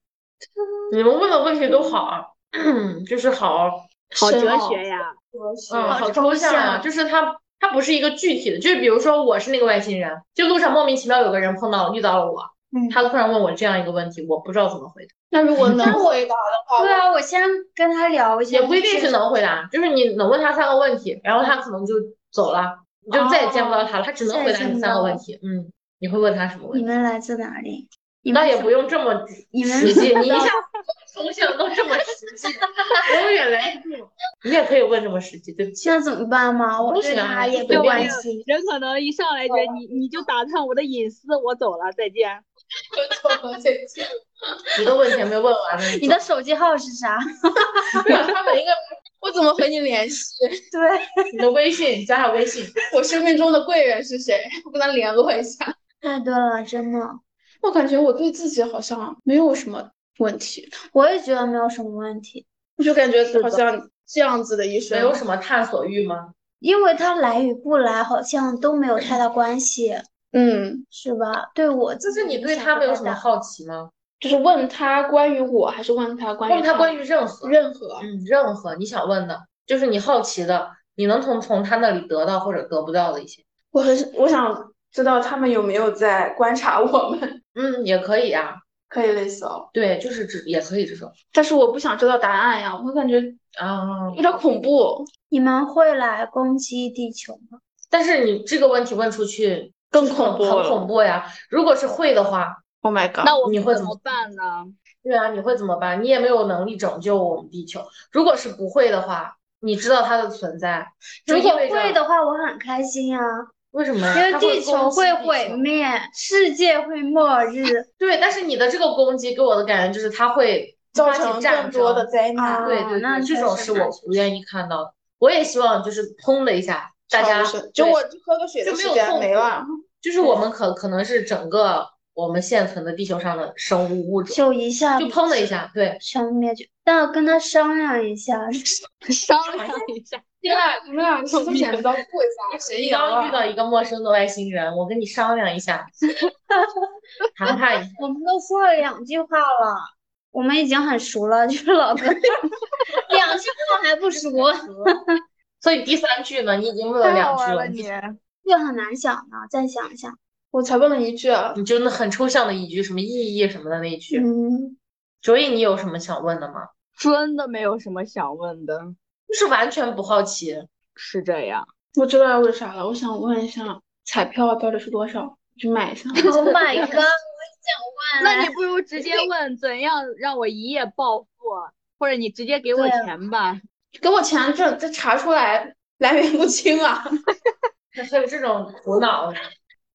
S2: 你们问的问题都好啊， 就是好。
S3: 好
S5: 深
S3: 哲
S5: 奥
S3: 学呀！
S5: 哲学
S2: 嗯，
S4: 好
S2: 好
S4: 抽
S2: 抽象啊，
S4: 象
S2: 就是它，它不是一个具体的，就是比如说我是那个外星人，就路上莫名其妙有个人碰到了遇到了我，
S4: 嗯
S2: 他突然问我这样一个问题，我不知道怎么回答，
S5: 那如 果能回答的话，
S4: 对啊，我先跟他聊一下，
S2: 也不一定
S4: 就是
S2: 能回答，就是你能问他三个问题，然后他可能就走了，你就再也见不到他了，他只能
S4: 再也
S2: 回答
S4: 见
S2: 你
S4: 不
S2: 三
S4: 到
S2: 个
S4: 了
S2: 问题，嗯，你会问他什么问
S4: 你
S2: 题？
S4: 们来自哪里？你
S2: 那
S4: 们
S2: 也
S4: 什
S2: 不用这么
S4: 你们
S2: 实际，你 一
S4: 知道
S2: 下从小都这么实 际，永远来不住，你也可以问这么实际，对不起，
S4: 那怎么办嘛？我
S2: 不
S4: 对
S2: 行啊
S4: 他也
S2: 随
S4: 不
S2: 便
S4: 关
S2: 聊
S4: 心。
S3: 人可能一上来觉得你你就打探我的隐私，我走了，再见。
S2: 一个问题还没问完呢，
S4: 你的手机号是啥？
S5: 没有他们应该，我怎么和你联系？
S4: 对，
S2: 你的微信加上微信。
S5: 我生命中的贵人是谁？ 我跟他联络一下。
S4: 太对了，真的，
S5: 我感觉我对自己好像没有什么问题，
S4: 我也觉得没有什么问题，
S5: 我就感觉好像这样子的一生
S2: 没有什么探索欲吗？
S4: 因为他来与不来好像都没有太大关系，
S5: 嗯，
S4: 是吧？对我
S2: 就
S4: 自己
S2: 是你
S4: 影
S2: 对
S4: 响
S2: 他
S4: 不
S2: 没有
S4: 太
S2: 什么
S4: 大
S2: 好奇吗？
S5: 就是问他关于我，还是问他关于
S2: 问他关于任何，
S5: 任何？
S2: 嗯，任何你想问的，就是你好奇的，你能从从他那里得到或者得不到的一些，
S5: 我很我想知道他们有没有在观察我们，
S2: 嗯，也可以呀、
S5: 可以类似哦。
S2: 对，就是只也可以这种
S5: 但是我不想知道答案呀，我感觉
S2: 啊
S5: 有。点恐怖，
S4: 你们会来攻击地球吗？
S2: 但是你这个问题问出去
S5: 更
S2: 就是很
S5: 恐怖
S2: 很
S5: 了
S2: 恐怖呀。如果是会的话，
S5: Oh my god！
S3: 那我
S2: 你会
S3: 们
S2: 怎
S3: 怎
S2: 么
S3: 么办呢？
S2: 对啊，你会怎么办？你也没有能力拯救我们地球。如果是不会的话，你知道它的存在，就
S4: 如果
S2: 意味着
S4: 会的话，我很开心呀，
S2: 为什么呀？
S4: 因为
S2: 它嗯会
S4: 地球
S2: 攻击
S4: 会
S2: 地
S4: 毁
S2: 球
S4: 灭，世界会末日。
S2: 对，但是你的这个攻击给我的感觉就是它会
S5: 造
S2: 发起
S5: 成
S2: 战
S5: 更多的
S2: 争
S5: 灾
S4: 啊
S5: 难，
S2: 对对
S4: 那
S2: 对，这
S4: 确
S2: 种
S4: 实
S2: 是
S4: 那
S2: 我
S4: 确
S2: 不愿意看到的。我也希望就是砰的一下，大家
S5: 超生就
S2: 对
S5: 我喝个水的
S2: 就没
S5: 时
S2: 有
S5: 间
S2: 痛
S5: 没
S2: 苦
S5: 了。
S2: 就是我们可可能是整个我们现存的地球上的生物物种，
S4: 就一下
S2: 就
S4: 子
S2: 砰的一下，对，
S4: 全部灭绝。但要跟他商量一下，
S3: 商量一下。
S5: 你俩你们俩
S3: 聪明
S5: 到过一下，谁
S2: 你
S3: 啊
S2: 刚遇到一个陌生的外星人，我跟你商量一下， 谈判一下，
S4: 我们都说了两句话了，我们已经很熟了，就是老哥 两句话还不熟，
S2: 所以第三句呢，你已经问了
S3: 太
S2: 两
S3: 好
S2: 句
S3: 玩
S2: 了，
S3: 了你！
S4: 这很难想呢，再想一想。
S5: 我才问了一句，啊
S2: 你就那很抽象的一句什么意义什么的那一句，
S4: 嗯，
S2: 所以你有什么想问的吗？
S3: 真的没有什么想问的，
S2: 就是完全不好奇，
S3: 是这样。
S5: 我知道要问啥了。我想问一下，彩票到底是多少？去买一下。
S4: Oh my god！我想问
S3: 那
S4: 了，
S3: 你不如直接问怎样让我一夜暴富，啊或者你直接给我
S4: 对啊
S3: 钱吧。
S5: 给我钱，这这查出来来源不清啊！
S2: 还有这种苦恼呢？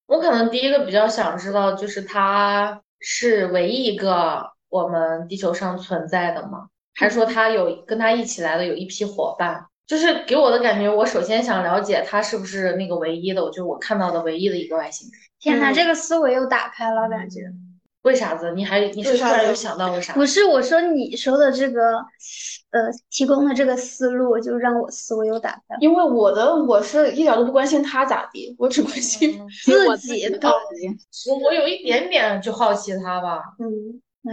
S2: 我可能第一个比较想知道，就是它是唯一一个我们地球上存在的吗？还是说它有跟它一起来的有一批伙伴？就是给我的感觉，我首先想了解他是不是那个唯一的，我就是我看到的唯一的一个外星人。
S4: 天哪，这个思维又打开了，感觉。
S2: 为啥子？你还你是
S5: 为
S2: 突
S5: 啥
S2: 然
S5: 子
S2: 有想到为 啥？
S4: 不是我说你说的这个，呃，提供的这个思路，就让我思维又打开了。
S5: 因为我的我是一点儿都不关心他咋地，我只关
S2: 嗯
S5: 心
S4: 自己的，
S2: 我我有一点点就好奇他吧，
S5: 嗯，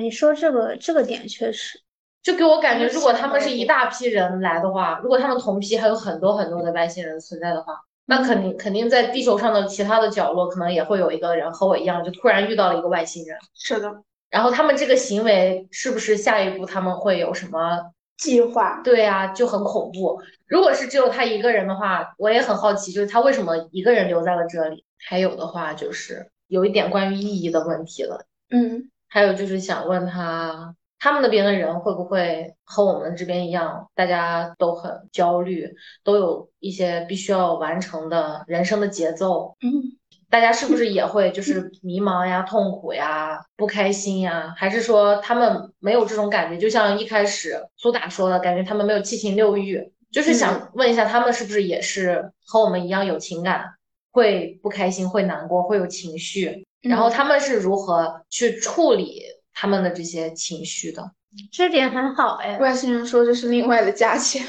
S4: 你说这个这个点确实，
S2: 就给我感觉，如果他们是一大批人来的话，如果他们同批还有很多很多的外星人存在的话，那肯定肯定在地球上的其他的角落，可能也会有一个人和我一样，就突然遇到了一个外星人。
S5: 是的，
S2: 然后他们这个行为是不是下一步他们会有什么？
S5: 计划
S2: 对啊，就很恐怖。如果是只有他一个人的话，我也很好奇，就是他为什么一个人留在了这里？还有的话就是有一点关于意义的问题了。
S5: 嗯，
S2: 还有就是想问他，他们那边的人会不会和我们这边一样，大家都很焦虑，都有一些必须要完成的人生的节奏？
S5: 嗯，
S2: 大家是不是也会就是迷茫呀、痛苦呀、不开心呀？还是说他们没有这种感觉？就像一开始苏打说的，感觉他们没有七情六欲，就是想问一下，他们是不是也是和我们一样有情感，会不开心、会难过、会有情绪？然
S4: 嗯
S2: 后他们是如何去处理他们的这些情绪的？
S4: 嗯这点很好哎。
S5: 外星人说这是另外的价钱，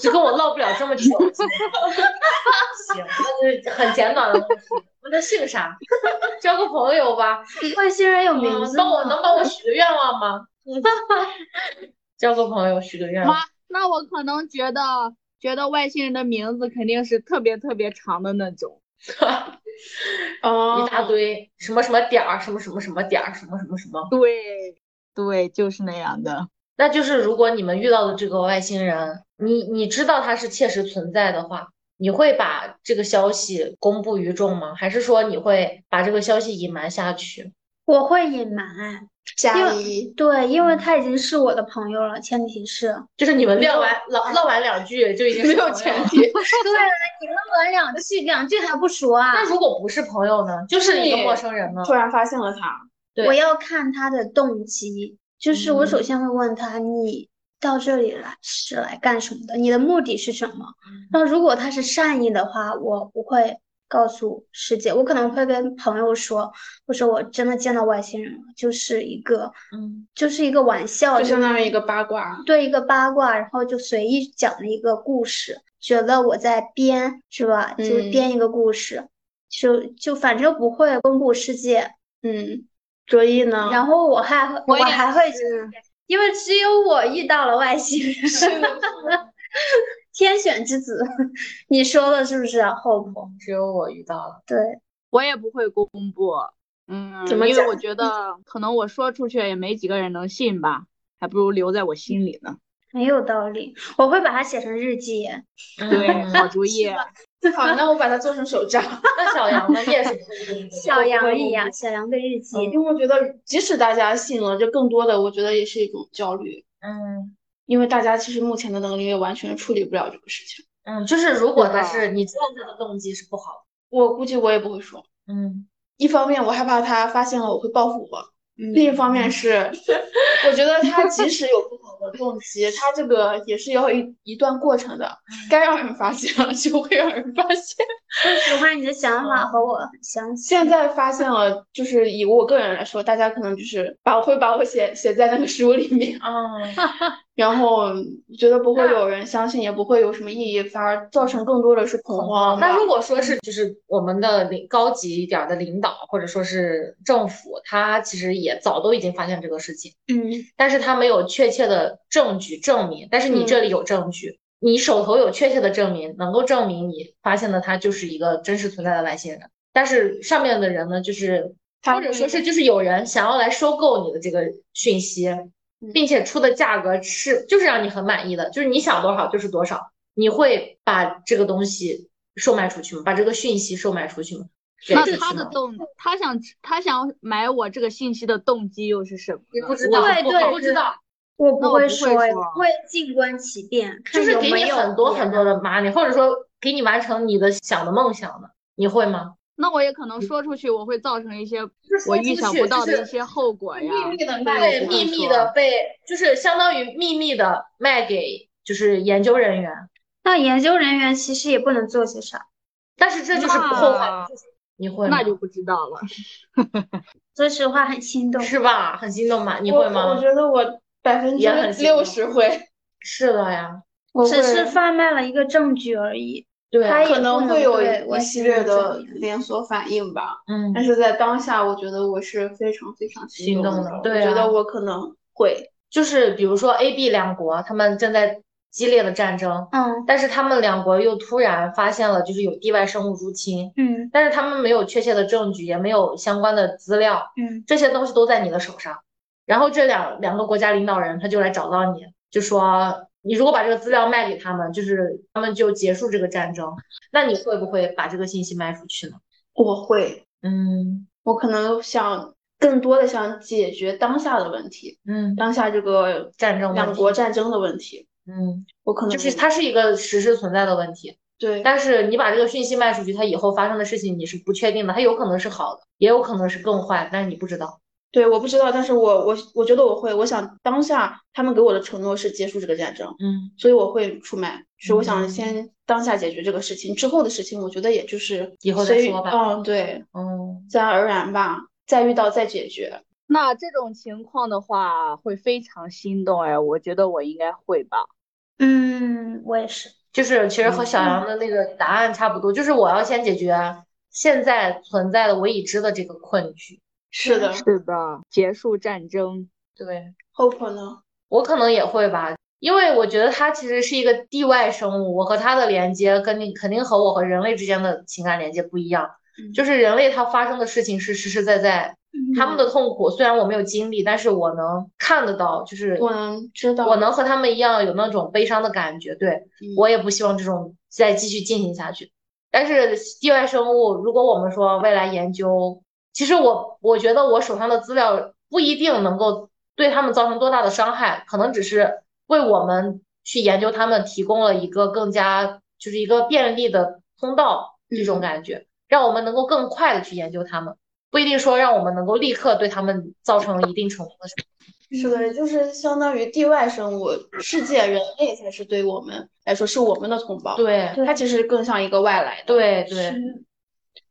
S2: 就跟我唠不了这么 久，行，那就是很简短的问题。问他姓啥？ 交个朋友吧。
S4: 外星人有名
S2: 嗯
S4: 字
S2: 帮我
S4: 吗？
S2: 能帮我许个愿望 吗？交个朋友，许个愿望
S3: 哇。，那我可能觉得觉得外星人的名字肯定是特别特别长的那种。
S5: 哦
S2: 一大堆什么什么点儿，什么什么什么点儿，什么什么什么，
S3: 对，对，就是那样的。
S2: 那就是如果你们遇到的这个外星人，你你知道他是切实存在的话，你会把这个消息公布于众吗？还是说你会把这个消息隐瞒下去？
S4: 我会隐瞒，因
S5: 加
S4: 为
S5: 一，
S4: 对，因为
S5: 嗯
S4: 他已经是我的朋友了，前提是。
S2: 就是你们唠完唠唠完两句就已经
S5: 没
S2: 是
S5: 有
S2: 朋友
S5: 前
S2: 了
S5: 提，
S4: 对了，你论完两句，两句还不熟啊？
S2: 那如果不是朋友呢？就是一个
S5: 对
S2: 陌生人呢？
S5: 突然发现了他，
S2: 对
S4: 我要看他的动机，就是
S5: 嗯
S4: 我首先会问他，你到这里来是来干什么的？你的目的是什么？
S5: 嗯
S4: 那如果他是善意的话，我不会告诉世界，我可能会跟朋友说，我说我真的见到外星人了，就是一个，
S2: 嗯，
S4: 就是一个玩笑，
S5: 哦就
S4: 就
S5: 相当于一个八卦，
S4: 对一个八卦，然后就随意讲了一个故事，觉得我在编，是吧？就
S5: 嗯
S4: 编一个故事，就就反正不会公布世界。
S5: 嗯，卓一呢？
S4: 然后我还会，我
S3: 我也
S4: 还会，因为只有我遇到了外星人， 天选之子，你说的是不是啊？Hope，
S2: 只有我遇到了。
S4: 对，
S3: 我也不会公布，嗯，
S5: 怎么
S3: 因为
S5: 讲
S3: 我觉得可能我说出去也没几个人能信吧，还不如留在我心里 呢。
S4: 很有道理，我会把它写成日记。
S3: 对，
S2: 嗯
S3: 好主意。
S5: 好，那我把它做成手 账，
S2: 那小杨呢？你也是
S4: 小
S5: 可
S4: 杨
S5: 以嗯
S4: 一样，小杨跟日记，
S5: 因为我觉得即使大家信了，这更多的我觉得也是一种焦虑，
S2: 嗯
S5: 因为大家其实目前的能力也完全处理不了这个事情，
S2: 嗯，就是如果
S3: 是的
S2: 他是你知道他的动机是不好
S5: 我估计我也不会说。
S2: 的，嗯，
S5: 一方面我害怕他发现了我会报复我，
S3: 嗯
S5: 另一方面 是，我觉得他即使有不好的动机，他这个也是要一一段过程的，该让人发现了就会让人发现。
S4: 说实话，你的想法和我很相似。
S5: 现在发现了，就是以我个人来说，大家可能就是把我会把我写写在那个书里面，
S2: 嗯，
S5: 然后觉得不会有人相信，也不会有什么意义，反而造成更多的是恐慌吧。
S2: 那如果说是就是我们的领高级一点儿的领导或者说是政府，他其实也早都已经发现这个事情，
S4: 嗯，
S2: 但是他没有确切的证据证明，但是你
S4: 嗯
S2: 这里有证据，你手头有确切的证明，能够证明你发现的他就是一个真实存在的外星人，但是上面的人呢，就是
S5: 他
S2: 或者
S5: 会
S2: 说是就是有人想要来收购你的这个讯息，
S4: 嗯
S2: 并且出的价格是就是让你很满意的，就是你想多少就是多少，你会把这个东西售卖出去吗？把这个讯息售卖出去吗？给
S3: 那
S2: 出
S3: 他
S2: 去
S3: 的
S2: 吗
S3: 动，他想他想买我这个信息的动机又是什么
S2: 你
S3: 呢？
S2: 不知
S3: 我
S2: 道，
S4: 对
S2: 我
S4: 对
S2: 不
S4: 对
S2: 知道，
S4: 我不
S3: 那我
S4: 会
S3: 不会
S4: 说呀，
S3: 说
S4: 我会静观其变，
S2: 就
S4: 看
S2: 是
S4: 有
S2: 给
S4: 没
S2: 你
S4: 有
S2: 很多
S4: 别
S2: 很
S4: 的
S2: 多的麻利，或者说给你完成你的想的梦想的，你会吗？
S3: 那我也可能说出去，我会造成一些我
S2: 说
S3: 预
S2: 出
S3: 想
S2: 去
S3: 不
S2: 就
S3: 到的
S2: 是
S3: 一些后果呀。
S9: 密的
S2: 对，
S3: 不会
S2: 秘密
S3: 说
S2: 的被就是相当于秘密的卖给就是研究人员，
S4: 那研究人员其实也不能做些啥，
S10: 但是这就是不后悔，
S2: 哇你会吗
S3: 那就不知道了。
S4: 说实话很心动。
S2: 是吧？很心动吧？你会
S5: 我
S2: 吗
S5: 我？觉得我百分之
S2: 也很心动
S5: 六十会，
S2: 是的呀，
S5: 我
S4: 只是
S5: 会
S4: 贩卖了一个证据而已。
S2: 对，
S4: 他也
S5: 可能
S4: 不
S5: 会有
S4: 对
S5: 一
S4: 外
S5: 系
S4: 星人
S5: 列的
S4: 怎么样
S5: 连锁反应吧，
S2: 嗯
S5: 但是在当下，我觉得我是非常非常
S2: 心
S5: 动
S2: 动的对
S5: 我觉
S2: 啊
S5: 得我可能会，
S2: 就是比如说 A、B 两国，他们正在激烈的战争，
S4: 嗯
S2: 但是他们两国又突然发现了就是有地外生物入侵，
S4: 嗯
S2: 但是他们没有确切的证据，也没有相关的资料，
S4: 嗯，
S2: 这些东西都在你的手上。然后这两两个国家领导人他就来找到你，就说你如果把这个资料卖给他们，就是他们就结束这个战争。那你会不会把这个信息卖出去呢？
S5: 我会，
S2: 嗯
S5: 我可能想更多的想解决当下的问题，
S2: 嗯，
S5: 当下这个
S2: 战争问
S5: 两
S2: 题
S5: 国战争的问题，
S2: 嗯，
S5: 我可能
S2: 就是它是一个实时存在的问题，
S5: 对，
S2: 但是你把这个讯息卖出去，它以后发生的事情你是不确定的，它有可能是好的，也有可能是更坏，但是你不知道。
S5: 对，我不知道，但是我我我觉得我会，我想当下他们给我的承诺是结束这个战争，
S2: 嗯
S5: 所以我会出卖，就是我想
S2: 嗯
S5: 先当下解决这个事情，之后的事情我觉得也就是
S2: 以后再
S5: 随遇
S2: 说吧
S5: 嗯，对，
S2: 嗯，
S5: 自然而然吧，再遇到再解决。
S3: 那这种情况的话，会非常心动哎，我觉得我应该会吧。
S4: 嗯，我也是。
S2: 就是其实
S5: 嗯
S2: 和小杨的那个答案差不多，就是我要先解决现在存在的我已知的这个困局。
S5: 是的
S3: 是的，结束战争。
S2: 对，
S5: ，Hope 呢？
S2: 我可能也会吧，因为我觉得它其实是一个地外生物，我和它的连接跟你肯定和我和人类之间的情感连接不一样。
S5: 嗯
S2: 就是人类它发生的事情是实实在在，他
S5: 嗯
S2: 们的痛苦虽然我没有经历，但是我能看得到，就是
S5: 我能知道，
S2: 我能和他们一样有那种悲伤的感觉。对，
S5: 嗯
S2: 我也不希望这种再继续进行下去。但是地外生物，如果我们说未来研究，其实我我觉得我手上的资料不一定能够对他们造成多大的伤害，可能只是为我们去研究他们提供了一个更加就是一个便利的通道这种
S5: 嗯
S2: 感觉，让我们能够更快的去研究他们，不一定说让我们能够立刻对他们造成一定程度的伤害。
S5: 是
S4: 嗯
S5: 的，就是相当于地外生物，世界人类才是对我们来说是我们的同胞，
S2: 对
S5: 它其实更像一个外来的。
S2: 对对，
S4: 是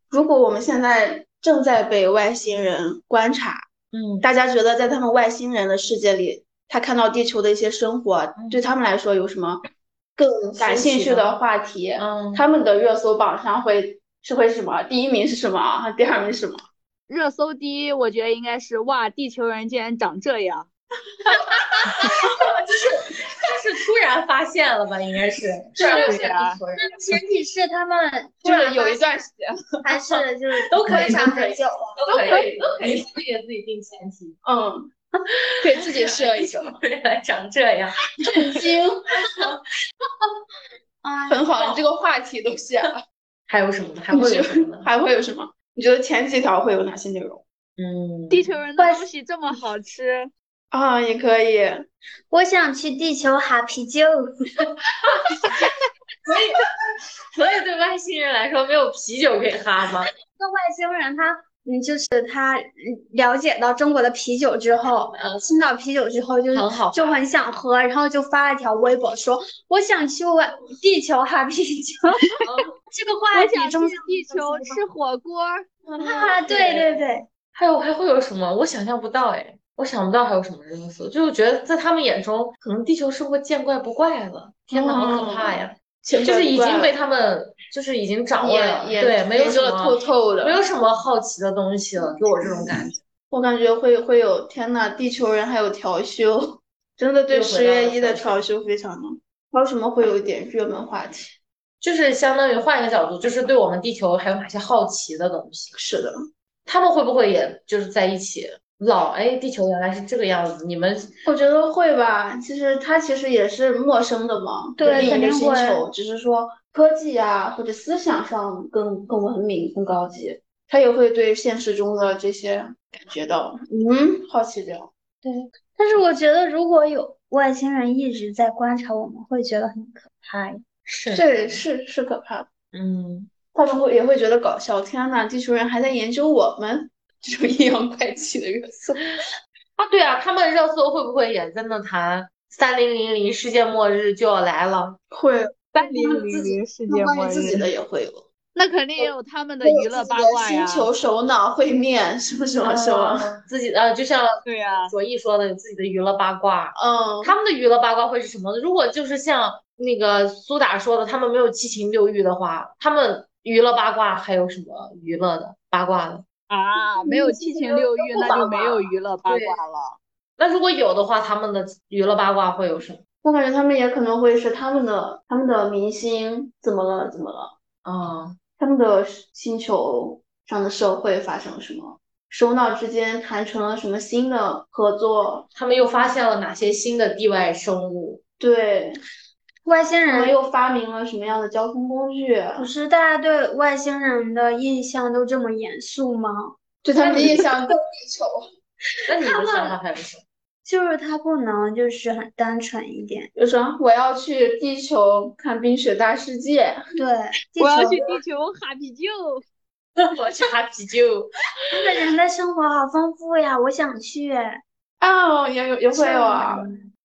S5: 如果我们现在正在被外星人观察，
S2: 嗯
S5: 大家觉得在他们外星人的世界里，他看到地球的一些生活，对他们来说有什么更感
S2: 新
S5: 兴
S2: 奇
S5: 趣
S2: 的
S5: 的话题？
S2: 嗯，
S5: 他们的热搜榜上会是会什么？第一名是什么？啊第二名是什么？
S3: 热搜第一，我觉得应该是哇，地球人竟然长这样。
S2: 就是突然发现了吧，应该是。
S3: 对呀、
S4: 那前提是他 们
S5: 啊就
S4: 突然
S5: 是有
S4: 发
S5: 一段时间，
S4: 现还是就是
S2: 都可以
S4: 观察
S2: 都可
S4: 很
S2: 以
S4: 久了。
S2: 都可以，都可以，自己给自己定前提。
S5: 嗯，给自己设一个，
S2: 原来长这样，
S4: 哎
S5: 很好，你这个话题都写了，
S2: 还有什 么呢？还会有什么呢？
S5: 哦还会有什么？你觉得前几条会有哪些内容？
S2: 嗯，
S3: 地球人的东西这么好吃，
S5: 啊，也可以，
S4: 我想去地球哈啤酒。
S2: 所以对外星人来说，没有啤酒可以哈 吗？
S4: 那外星人他，嗯，就是他嗯了解到中国的啤酒之后，呃
S2: 嗯
S4: 青岛啤酒之后，就是
S2: 很好
S4: 就很想喝，然后就发了条微博说：“我想去外地球哈啤酒。”这个话
S3: 我
S4: 题
S3: 想
S4: 中
S3: 去地球吃火锅。
S4: 啊，对对对，
S2: 还有还会有什么？我想象不到哎，我想不到还有什么热搜，就是觉得在他们眼中，可能地球是个见怪不怪了。天哪，好可怕呀！
S5: 情
S2: 就是
S5: 感
S2: 已
S5: 怪
S2: 经被
S5: 了
S2: 他们，就是已经掌握了，
S5: 也也
S2: 对，没有
S5: 研
S2: 什
S5: 究的
S2: 么
S5: 透透的，
S2: 没有什么好奇的东西了，给我这种感觉。
S5: 我感觉会会有，天呐，地球人还有调休，真的对
S2: 又
S5: 十
S2: 回到
S5: 月
S2: 了
S5: 一的
S2: 调
S5: 调休非常的。还有什么会有一点热门话题？
S2: 就是相当于换一个角度，就是对我们地球还有哪些好奇的东西，
S5: 是的，
S2: 他们会不会也就是在一起唠？哎，地球原来是这个样子，你们
S5: 我觉得会吧。其实它其实也是陌生的嘛，
S4: 对
S5: 另
S4: 肯
S5: 一个
S4: 定
S5: 星
S4: 会
S5: 球，只是说科技啊或者思想上更更文明、更高级。他也会对现实中的这些感觉到，嗯，好奇的。
S4: 但是我觉得如果有外星人一直在观察我们，会觉得很可怕。
S2: 是
S5: 对，是是可怕的。
S2: 嗯，
S5: 他们会也会觉得搞笑，天呐，地球人还在研究我们这种阴阳怪气的热搜。
S2: 啊，对啊，他们热搜会不会也在那谈三零零零世界末日就要来了？
S5: 会，
S3: 三零零零世界末
S5: 关于自己
S3: 日，
S5: 的也会有，
S3: 那肯定也有他们的
S5: 会有
S3: 娱乐
S5: 自己
S3: 八
S5: 的
S3: 卦呀
S5: 星。球首脑会面什么什么什么，
S2: 嗯自己呃，就像
S3: 对呀、
S2: 左毅说的，有自己的娱乐八卦。
S5: 嗯，
S2: 他们的娱乐八卦会是什么呢？如果就是像那个苏打说的，他们没有七情六欲的话，他们娱乐八卦还有什么娱乐的八卦的？
S3: 啊，没有七情六欲，那就没有娱乐八卦了。
S2: 那如果有的话，他们的娱乐八卦会有什么？
S5: 我感觉他们也可能会是他们的他们的明星怎么了怎么了，
S2: 嗯，
S5: 他们的星球上的社会发生了什么，首脑之间谈成了什么新的合作，
S2: 他们又发现了哪些新的地外生物？
S5: 对，
S4: 外星
S5: 他们
S4: 人
S5: 又发明了什么样的交通工具，
S4: 不是大家对外星人的印象都这么严肃吗？
S5: 对他们的印象斗 地球。
S2: 那你的想法还有什么？
S4: 就是他不能就是很单纯一点，
S5: 就说我要去地球看冰雪大世界，
S4: 对，地
S3: 我要
S4: 球
S3: 去地球哈啤酒，
S2: 我去哈啤酒，
S4: 那个人的生活好丰富呀，我想去。
S5: 哦，也有也会有啊，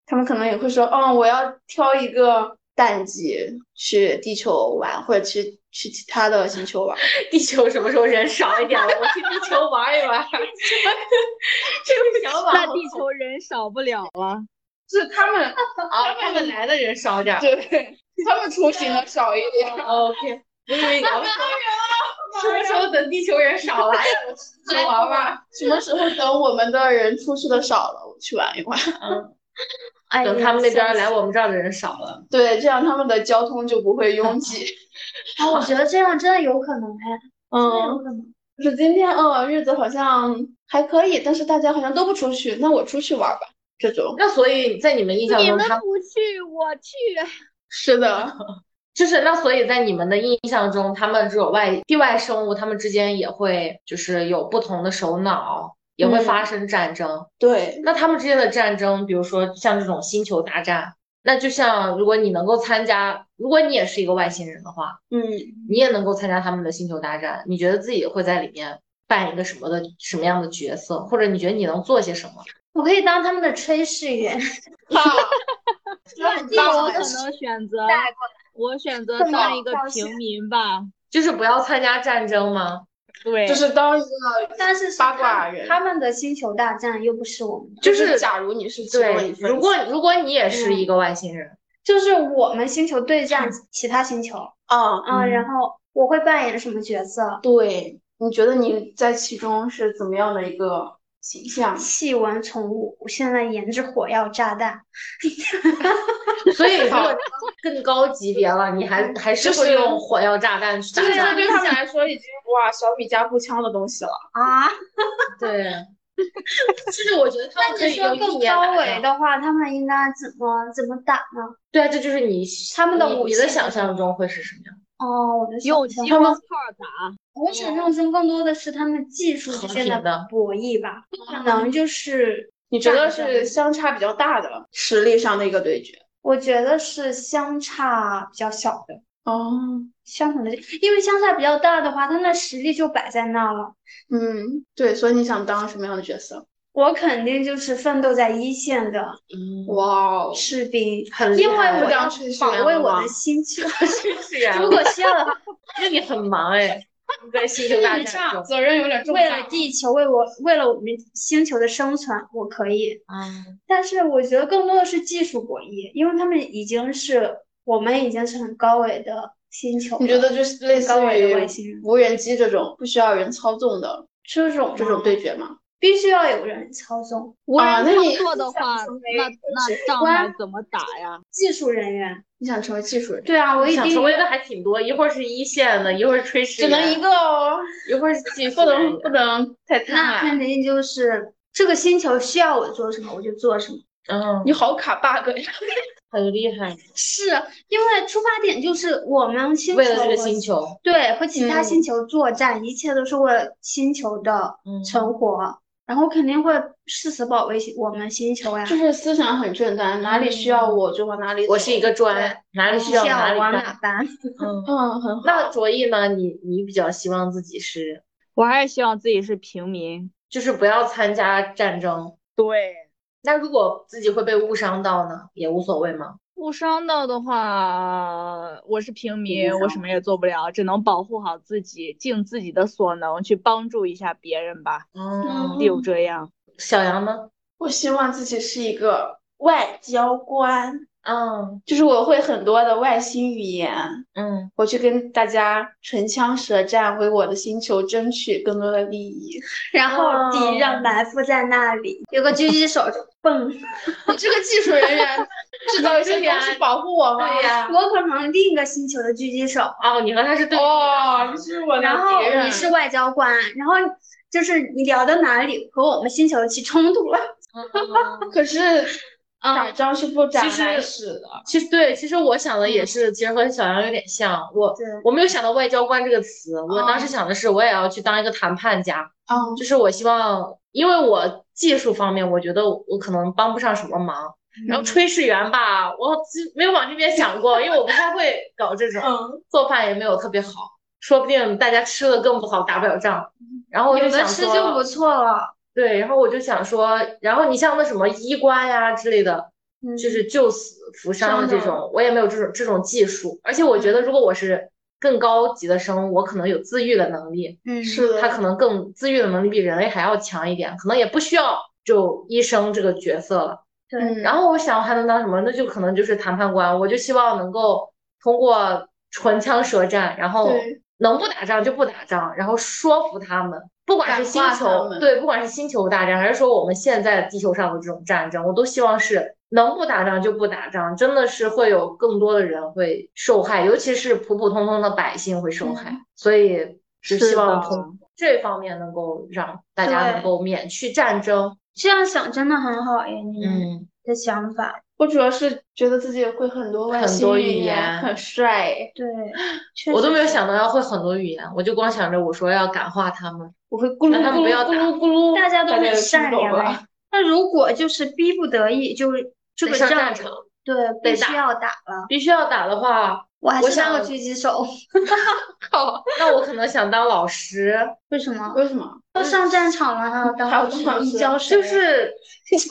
S5: 他们可能也会说，嗯，我要挑一个淡季去地球玩，或者去去其他的星球玩。
S2: 地球什么时候人少一点了？我去地球玩一玩。这个想法
S3: 那
S2: 好
S3: 地球人少不了了。
S5: 是他们，
S2: 啊，他们来的人少点儿。
S5: 对，他们出行的少一点。
S2: 哦 OK，我以为哦你要说什么时候等地球人少了，
S5: 去玩玩，什么时候等我们的人出去的少了，我去玩一玩。
S4: 哎呀，
S2: 等他们那边儿
S4: 笑
S2: 来
S4: 死
S2: 我们这儿的人少了。
S5: 对，这样他们的交通就不会拥挤。
S4: 哎，我觉得这样真的有可能哎，真的有
S5: 嗯，
S4: 可能。
S5: 就是今天，嗯，日子好像还可以，但是大家好像都不出去，那我出去玩吧，这种。
S2: 那所以在你们印象
S3: 你
S2: 中，
S3: 们
S2: 他
S3: 不去，我去。
S5: 是的。
S2: 就是那所以在你们的印象中，他们这种外地外生物，他们之间也会就是有不同的首脑，也会
S5: 嗯
S2: 发生战争。
S5: 对，
S2: 那他们之间的战争，比如说像这种星球大战，那就像如果你能够参加，如果你也是一个外星人的话，
S5: 嗯，
S2: 你也能够参加他们的星球大战，你觉得自己会在里面扮演一个什么的什么样的角色，或者你觉得你能做些什么？
S4: 我可以当他们的炊事员，
S5: 很
S3: 这个我可能选择，我选择当一个平民吧。
S2: 就是不要参加战争吗？
S3: 对，
S5: 就是当一个，
S4: 但是是
S5: 八
S4: 他
S5: 卦
S4: 们
S5: 人
S4: 他们的星球大战又不是我们的，
S2: 就
S5: 就是是假如你是其中
S2: 对
S5: 一，份
S2: 如果如果你也是一个外星人，
S4: 就是我们星球对战其他星球
S5: 啊，
S4: 啊，然后我会扮演什么角色？
S5: 对，你觉得你在其中是怎么样的一个形 象？
S4: 细纹宠物，我现在研制火药炸弹，嗯
S2: 所以如果更高级别了，你还还是
S5: 就是
S2: 会用火药炸弹去打
S5: 就是
S2: 仗
S5: 这对他们来说已经哇小米加步枪的东西了。
S4: 啊，
S2: 对， 就是我觉得他
S4: 那
S2: 们可
S4: 你
S2: 以
S4: 说
S2: 用一
S4: 更
S2: 言
S4: 高
S2: 来
S4: 维的话，他们应该怎么怎么打呢？
S2: 对啊，这就是你
S4: 他们的
S2: 你
S4: 武
S2: 你的
S4: 器是
S2: 想
S4: 什么
S2: 象中会是什么样？
S4: 哦，我的
S3: 用
S4: 想
S3: 激
S4: 象，
S3: 光炮打。
S4: 我想象中更多的是他们技术之
S2: 和
S4: 间
S2: 平
S4: 的
S2: 的
S4: 博弈吧，可能就是
S5: 你觉得
S4: 战
S5: 是
S4: 争
S5: 相差比较大的实力上的一个对决？
S4: 我觉得是相差比较小的，
S5: 哦，
S4: 相同的，因为相差比较大的话，他那实力就摆在那了。
S5: 嗯，对，所以你想当什么样的角色？
S4: 我肯定就是奋斗在一线的
S2: 嗯，
S5: 哇哦，
S4: 士兵，
S2: 很厉
S4: 因为
S2: 害
S4: 我
S5: 这
S4: 要
S5: 样去训
S4: 保
S5: 练
S4: 卫
S5: 了
S4: 我
S5: 吗
S4: 的星球。
S2: 是呀
S4: 如果需要的话，
S2: 那你很忙 哎，你在星球 大战中，
S5: 责任有点
S4: 为了地球，为我，为了我们星球的生存，我可以。
S2: 嗯，
S4: 但是我觉得更多的是技术博弈，因为他们已经是我们已经是很高维的星球
S5: 你觉
S4: 了
S5: 得就是类似
S4: 高维的外
S5: 于
S4: 星人
S5: 无人机这种不需要人操纵的
S4: 这种
S5: 这
S4: 吗
S5: 种对决吗？
S4: 必须要有人操纵，
S3: 无
S5: 啊
S3: 人
S5: 那
S3: 操
S5: 你
S3: 作的话，那那仗还怎么打呀？
S4: 技术人员。
S5: 你想成为技术人？
S4: 对啊，我一
S2: 想
S4: 定
S2: 成为的还挺多，一会儿是一线的，一会儿是炊事
S5: 只能
S2: 员
S5: 一个哦，
S2: 一会儿是技术
S5: 不
S2: 人
S5: 能
S2: 员
S5: 不能太贪
S4: 那
S5: 婪。
S4: 肯定就是这个星球需要我做什么，我就做什么。
S2: 嗯，
S5: 你好卡 bug 呀！
S2: 很厉害，
S4: 是因为出发点就是我们星
S2: 为了这
S4: 球
S2: 个
S4: 和
S2: 星球，
S4: 对，和其他
S5: 嗯
S4: 星球作战，一切都是为了星球的
S2: 嗯
S4: 存活，然后肯定会誓死保卫星我们星球呀。
S5: 就是思想很正当，哪里需要我就往哪里走。
S2: 我是一个
S5: 对
S2: 砖，哪里需要
S4: 是
S2: 哪
S4: 要
S2: 里
S4: 往
S2: 搬
S4: 哪，搬？
S2: 嗯。
S5: 嗯，很好。
S2: 那卓艺呢？你你比较希望自己是，
S3: 我还是希望自己是平民。
S2: 就是不要参加战争。
S3: 对，
S2: 那如果自己会被误伤到呢，也无所谓吗？
S3: 误伤到的话，我是平民，我什么也做不了，只能保护好自己，尽自己的所能去帮助一下别人吧。
S2: 嗯，
S3: 只有这样。
S2: 小杨呢？
S5: 我希望自己是一个外交官，
S2: 嗯
S5: 就是我会很多的外星语言，
S2: 嗯，
S5: 我去跟大家唇枪舌战，为我的星球争取更多的利益。
S4: 然后
S2: 嗯
S4: 敌人埋伏在那里，有个狙击手就 蹦，
S5: 你这个技术人 员制造一些东西保护我吗？
S2: 对呀、
S4: 我可能另一个星球的狙击手，
S2: 哦，你和他是对立的，
S5: 哦，你是我的
S4: 然后
S5: 敌人
S4: 你是外交官，然后就是你聊到哪里和我们星球起冲突了，
S2: 嗯
S5: 可是
S4: 嗯，
S5: 打仗是不斩
S2: 其实
S5: 来使的，
S2: 其实对，其实我想的也是，其实和小杨有点像。我
S4: 对
S2: 我没有想到外交官这个词，我
S5: 哦
S2: 当时想的是我也要去当一个谈判家，
S5: 嗯，
S2: 就是我希望，因为我技术方面我觉得我可能帮不上什么忙，然
S4: 嗯
S2: 后炊事员吧，我其实没有往这边想过，因为我不太会搞这种，
S5: 嗯，
S2: 做饭也没有特别好，说不定大家吃的更不好，打不了仗。然后我就
S4: 有的
S2: 想
S4: 吃
S2: 说
S4: 就不错了，
S2: 对，然后我就想说，然后你像那什么医官呀之类的，
S4: 嗯
S2: 就是救死扶伤的这嗯
S5: 伤
S2: 种，我也没有这种这种技术。而且我觉得，如果我是更高级的生物，我可能有自愈的能力，
S4: 嗯，
S5: 是的，
S2: 他可能更自愈的能力比人类还要强一点，可能也不需要就医生这个角色了。
S4: 对，
S2: 然
S5: 后
S2: 后我想还能当什么？那就可能就是谈判官，我就希望能够通过唇枪舌战，然后
S5: 对
S2: 能不打仗就不打仗，然后说服他们，不管是星
S5: 感化他
S2: 球，
S5: 们
S2: 对，不管是星球大战，还是说我们现在地球上的这种战争，我都希望是能不打仗就不打仗，真的是会有更多的人会受害，尤其是普普通通的百姓会受害，
S5: 嗯
S2: 所以就是希望
S3: 的
S2: 从这方面能够让大家能
S4: 对
S2: 够免去战争。
S4: 这样想真的很好耶，你们
S2: 嗯，
S4: 的想法，
S5: 我主要是觉得自己会很多外
S2: 很多
S5: 星
S2: 语言
S5: 言，很帅。
S4: 对，确
S2: 我都
S4: 实
S2: 没有
S4: 是
S2: 想到要会很多语言，我就光想着我说要感化他们，
S5: 我会咕噜
S2: 让他们
S5: 咕
S2: 不要
S5: 噜
S2: 打
S5: 咕噜咕噜，
S4: 大家都很
S5: 就听
S4: 善
S5: 懂
S4: 良
S5: 了
S4: 哎。那如果就是逼不得已，就是这
S2: 得
S4: 个
S2: 上
S4: 仗
S2: 战，场。
S4: 对，
S2: 得
S4: 必须
S2: 打
S4: 要打了。
S2: 必须要打的话，
S4: 我还
S2: 我
S4: 是当
S2: 想
S4: 个狙击手，
S2: 那我可能想当老师，
S4: 为什么？
S5: 为什么？
S4: 都上战场了，还
S2: 嗯
S4: 要当
S5: 还要
S4: 老师
S5: 当老
S4: 你
S5: 师
S4: 教谁
S2: 就
S4: 呀？
S2: 是
S5: 就是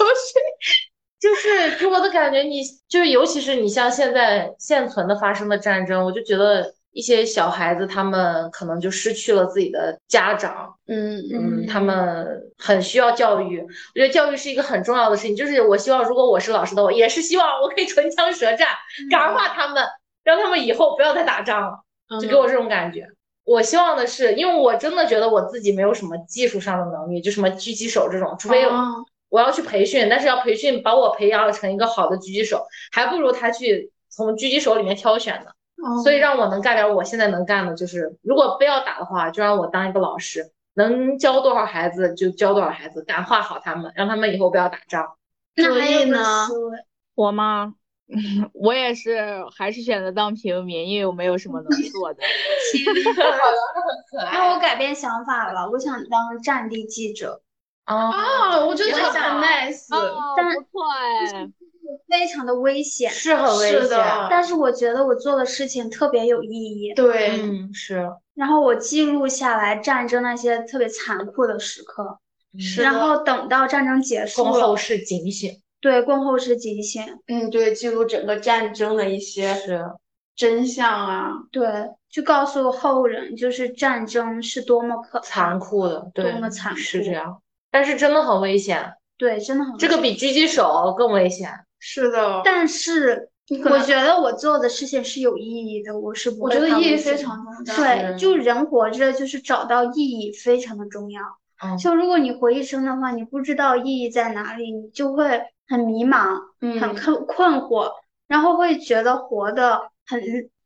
S2: 就是给我的感觉你，就是尤其是你像现在现存的发生的战争，我就觉得一些小孩子他们可能就失去了自己的家长，
S5: 嗯
S2: 嗯，他们很需要教育。我觉得教育是一个很重要的事情，就是我希望如果我是老师的话，也是希望我可以唇枪舌战，感化他们，让他们以后不要再打仗了。就给我这种感觉。我希望的是，因为我真的觉得我自己没有什么技术上的能力，就什么狙击手这种，除非
S5: 哦
S2: 我要去培训，但是要培训把我培养成一个好的狙击手，还不如他去从狙击手里面挑选呢。
S5: 哦
S2: 所以让我能干点我现在能干的，就是如果非要打的话，就让我当一个老师，能教多少孩子就教多少孩子，感化好他们，让他们以后不要打仗。
S4: 嗯那还有
S5: 主意
S4: 个
S5: 呢
S4: 思维
S3: 我吗？ 我也是，还是选择当平民，因为我没有什么能做 的。嗯
S4: 那我改变想法了，我想当战地记者，
S2: 啊，
S5: 啊，我就觉得
S2: 也
S5: 很
S2: 好
S5: nice，
S3: 哦，
S4: 但
S3: 不错哎，
S4: 非常的危险，
S2: 是很危
S5: 是
S2: 险。
S5: 的
S4: 但是我觉得我做的事情特别有意义。
S5: 对，
S2: 嗯，是，
S4: 然后我记录下来战争那些特别残酷的时刻，
S5: 是
S4: 然
S5: 的
S4: 后等到战争结束
S2: 供
S4: 了
S2: 后，世警醒。
S4: 对，供后世警醒，
S5: 嗯，对，记录整个战争的一些
S2: 是。
S5: 真相啊，
S4: 对，就告诉后人，就是战争是多么可
S2: 残
S4: 怕，
S2: 酷的，对，
S4: 多么残
S2: 是
S4: 酷
S2: 这样。但是真的很危险，
S4: 对，真的很
S2: 这
S4: 危
S2: 个
S4: 险
S2: 比狙击手更危险。
S5: 是的，
S4: 但是
S5: 可
S4: 我
S5: 能
S4: 觉得我做的事情是有意义的，我是不
S5: 我
S4: 会
S5: 觉得
S4: 怕
S5: 意义
S4: 危
S5: 非
S4: 险
S5: 常重大。
S4: 对，
S2: 是
S4: 就人活着就是找到意义非常的重要。
S2: 嗯
S4: 就如果你活一生的话，你不知道意义在哪里，你就会很迷茫，很
S5: 嗯，
S4: 困困惑，然后会觉得活得很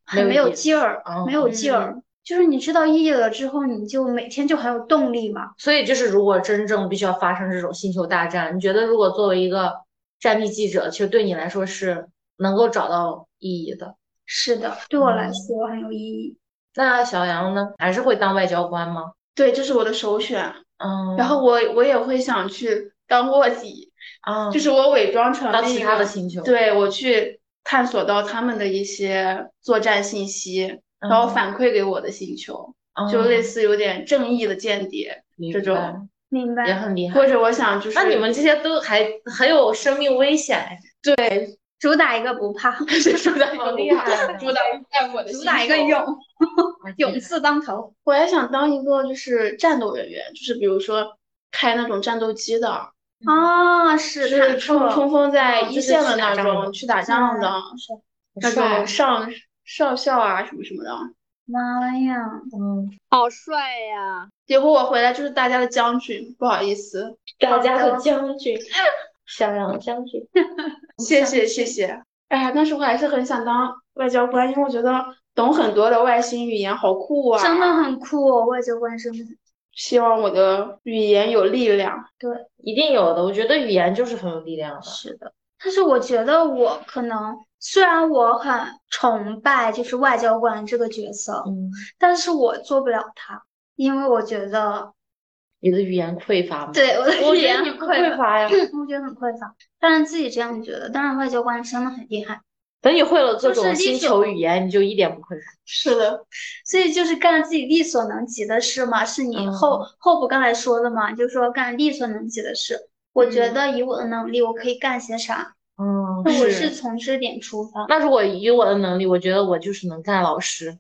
S4: 很没
S2: 没有
S4: 有
S2: 意义
S4: 劲儿，
S5: 哦
S4: 没有劲
S5: 嗯
S4: 儿。就是你知道意义了之后，你就每天就很有动力嘛。
S2: 所以就是，如果真正必须要发生这种星球大战，你觉得如果作为一个战地记者，其实对你来说是能够找到意义的。
S4: 是的，对我
S5: 嗯
S4: 来说很有意义。
S2: 那小杨呢，还是会当外交官吗？
S5: 对，这是我的首选。
S2: 嗯，
S5: 然后我我也会想去当卧底，
S2: 啊，
S5: 就是我伪装成
S2: 到
S5: 另
S2: 其
S5: 一
S2: 他的
S5: 个
S2: 星球，
S5: 对，我去探索到他们的一些作战信息，
S2: 嗯，
S5: 然后反馈给我的星球，就类似有点正义的间谍，
S2: 嗯
S5: 这种
S2: 明
S4: 明
S2: 白也
S4: 白，
S2: 很厉害
S5: 或。者我想就是
S2: 那你们这些都还很有生命危险，
S4: 主打一个不怕，
S5: 主打一
S2: 好
S5: 个
S2: 厉害
S5: 主打爱我的
S4: 主
S5: 心
S4: 打一个
S5: 手
S4: 勇，勇字当头。
S5: 我还想当一个就是战斗人员，就是比如说开那种战斗机的，
S2: 嗯
S4: 啊，
S5: 就是是冲冲锋在
S4: 哦
S5: 一
S4: 就是
S5: 线
S4: 去
S5: 的
S4: 打
S5: 那
S4: 仗
S5: 种去打仗
S2: 嗯
S5: 的，那种上上校啊什么什么的。
S4: 妈呀！嗯
S3: 好帅呀！
S5: 结果我回来就是大家的将军，不好意思，
S2: 大家的将军，想要将军。
S5: 谢谢谢谢。哎呀，但是我还是很想当外交官，因为我觉得懂很多的外星语言好酷啊！
S4: 真的很酷、哦，外交官身份。
S5: 希望我的语言有力量。
S2: 一定有的，我觉得语言就是很有力量的。
S4: 是的，但是我觉得我可能虽然我很崇拜就是外交官这个角色，
S2: 嗯，
S4: 但是我做不了他，因为我觉得
S2: 你的语言匮乏吗？，
S4: 对我的
S2: 嗯我
S4: 语
S2: 觉
S4: 言
S2: 得你
S4: 很
S2: 不
S4: 匮
S2: 匮
S4: 乏，
S2: 乏呀。
S4: 我觉得很匮乏。当然自己这样觉得，但是外交官真的很厉害，
S2: 等你会了各
S4: 就是
S2: 种
S4: 力
S2: 星
S4: 所
S2: 球语言，你就一点不匮乏。
S5: 是 的，
S4: 所以就是干自己力所能及的事嘛，是你
S2: 嗯
S4: 后、后补刚才说的嘛，就是说干力所能及的事。我觉
S5: 嗯
S4: 得以我的能力，我可以干些啥？
S2: 嗯
S4: 那我
S5: 是
S4: 是从这点出发。
S2: 那如果以我的能力，我觉得我就是能干老师、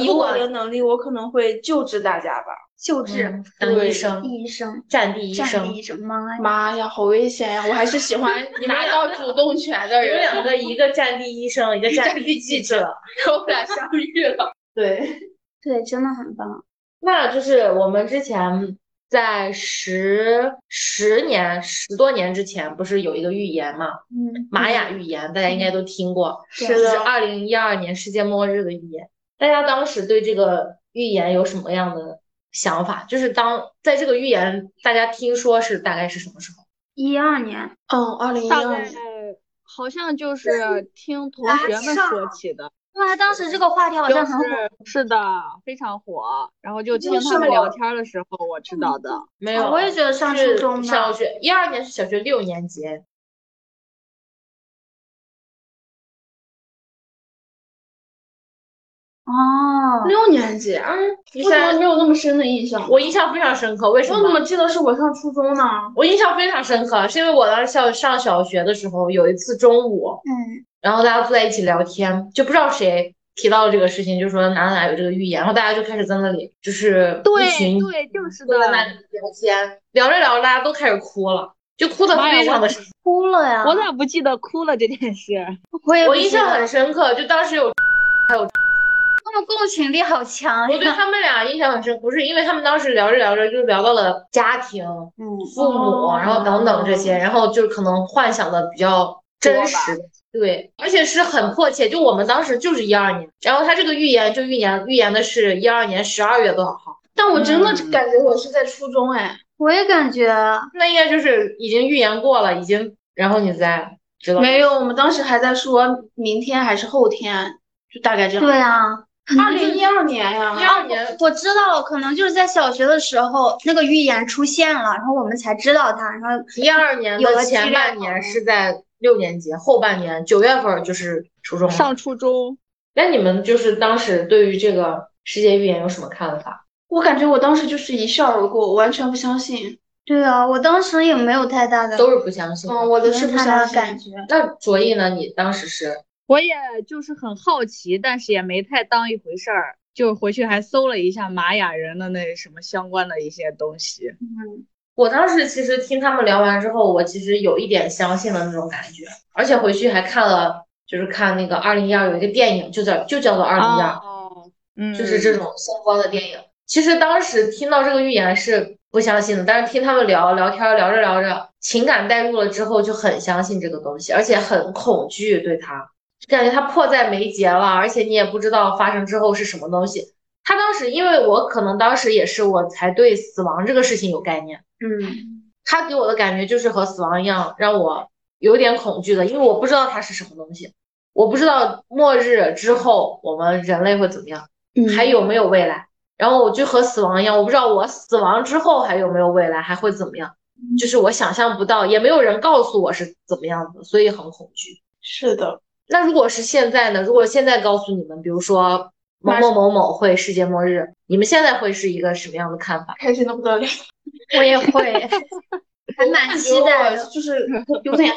S5: 以我的能力，我可能会救治大家吧。
S4: 救治、
S2: 当嗯
S5: 对
S2: 医生、
S4: 医生，
S2: 战地医
S4: 战地
S2: 生。
S4: 医生，妈呀！
S5: 妈呀，好危险呀！我还是喜欢 拿到主动权的
S2: 你们
S5: 人。
S2: 两个，一个战地医生，一个战地记者。
S5: 我们俩相遇了。 对，
S4: 对，真的很棒。
S2: 那就是我们之前在十十年、十多年之前，不是有一个预言嘛？
S4: 嗯，
S2: 玛雅预言，大家应该都听 过。
S5: 是
S2: 就是
S5: 的，
S2: 二零一二年世界末日的预言。大家当时对这个预言有什么样的想法？就是当在这个预言大家听说是大概是什么时候？
S4: 一二年，
S5: 嗯，二零一
S3: 大
S5: 二
S3: 概
S5: 年，
S3: 好像就是听同学们说起的，
S4: 哇，当时这个话题好
S3: 就
S4: 像很火。
S3: 是是的，非常火。然后就
S5: 就
S3: 听他
S5: 是
S3: 们聊
S5: 我
S3: 天的时候，我知道的。
S2: 没
S4: 啊我也觉得上初
S2: 是
S4: 中
S2: 上
S4: 的，
S2: 学一二年是小学六年级，
S4: 哦，
S5: 六年级啊，
S2: 一
S5: 我怎么
S2: 三
S5: 没有那么深的印象？
S2: 我印象非常深刻。为什
S5: 我怎
S2: 么？
S5: 么记得是我上初中呢？
S2: 我印象非常深刻，是因为我当时上上小学的时候，有一次中午，
S4: 嗯，
S2: 然后大家坐在一起聊天，就不知道谁提到了这个事情，就说哪哪哪有这个预言，然后大家就开始在那里就是一群
S3: 对对，就是
S2: 坐在那
S3: 的。
S2: 里聊天，聊着聊着，大家都开始哭了，就哭的
S3: 妈呀
S2: 非常的深。
S4: 哭了呀，
S3: 我咋不记得哭了这件事？
S4: 我也
S2: 我
S4: 不
S2: 印
S4: 知
S2: 象
S4: 道
S2: 很深刻，就当时 有
S4: 他们共情力好强
S2: 我对
S4: 呀，
S2: 他们俩印象很深，不是因为他们当时聊着聊着就聊到了家庭、
S4: 嗯，
S2: 父母，
S3: 哦
S2: 然后等等这些，然后就可能幻想的比较真实，对，而且是很迫切。就我们当时就是一二年，然后他这个预言就预言预言的是一二年十二月多少号，
S5: 但我真的感觉我是在初中哎，
S4: 我也感觉
S2: 那应该就是已经预言过了，已经，然后你再知道
S5: 没有，我们当时还在说明天还是后天，就大概这样。
S4: 对，啊，
S5: 二零一二年呀，
S2: 一二年
S4: 我知道了，可能就是在小学的时候那个预言出现了，然后我们才知道它，然后
S2: 一二年
S4: 有
S2: 的
S4: 了积
S2: 前
S4: 累
S2: 半年是在六年级，后半年九月份就是初中了。
S3: 上初中，
S2: 那你们就是当时对于这个世界预言有什么看法？
S5: 我感觉我当时就是一笑而过，我完全不相信。
S4: 对啊，我当时也没有太大的
S2: 都是不相信的。
S5: 嗯，我的是
S4: 是
S5: 不
S4: 太
S5: 相
S4: 大的
S5: 信。
S4: 感觉，
S2: 那卓艺呢？你当时是
S3: 我也就是很好奇，但是也没太当一回事儿。就回去还搜了一下玛雅人的那什么相关的一些东西。
S2: 我当时其实听他们聊完之后，我其实有一点相信了那种感觉，而且回去还看了，就是看那个二零一二有一个电影，就叫就叫做二零一二，
S3: 哦，嗯，
S2: 啊就是这种相关的电影。其实当时听到这个预言是不相信的，但是听他们聊聊天儿，聊着聊着，情感带入了之后，就很相信这个东西，而且很恐惧对它，就感觉它迫在眉睫了，而且你也不知道发生之后是什么东西。他当时，因为我可能当时也是我才对死亡这个事情有概念，
S5: 嗯，
S2: 他给我的感觉就是和死亡一样，让我有点恐惧的，因为我不知道它是什么东西，我不知道末日之后我们人类会怎么样。
S5: 嗯
S2: 还有没有未来？然后我就和死亡一样，我不知道我死亡之后还有没有未来，还会怎么样？就是我想象不到，也没有人告诉我是怎么样的，所以很恐惧。
S5: 是的，
S2: 那如果是现在呢？如果现在告诉你们，比如说某某某某会世界末日，你们现在会是一个什么样的看法？
S5: 开心的不得了。
S4: 我也会，还蛮期待
S5: 我
S4: 的。
S5: 就是有点害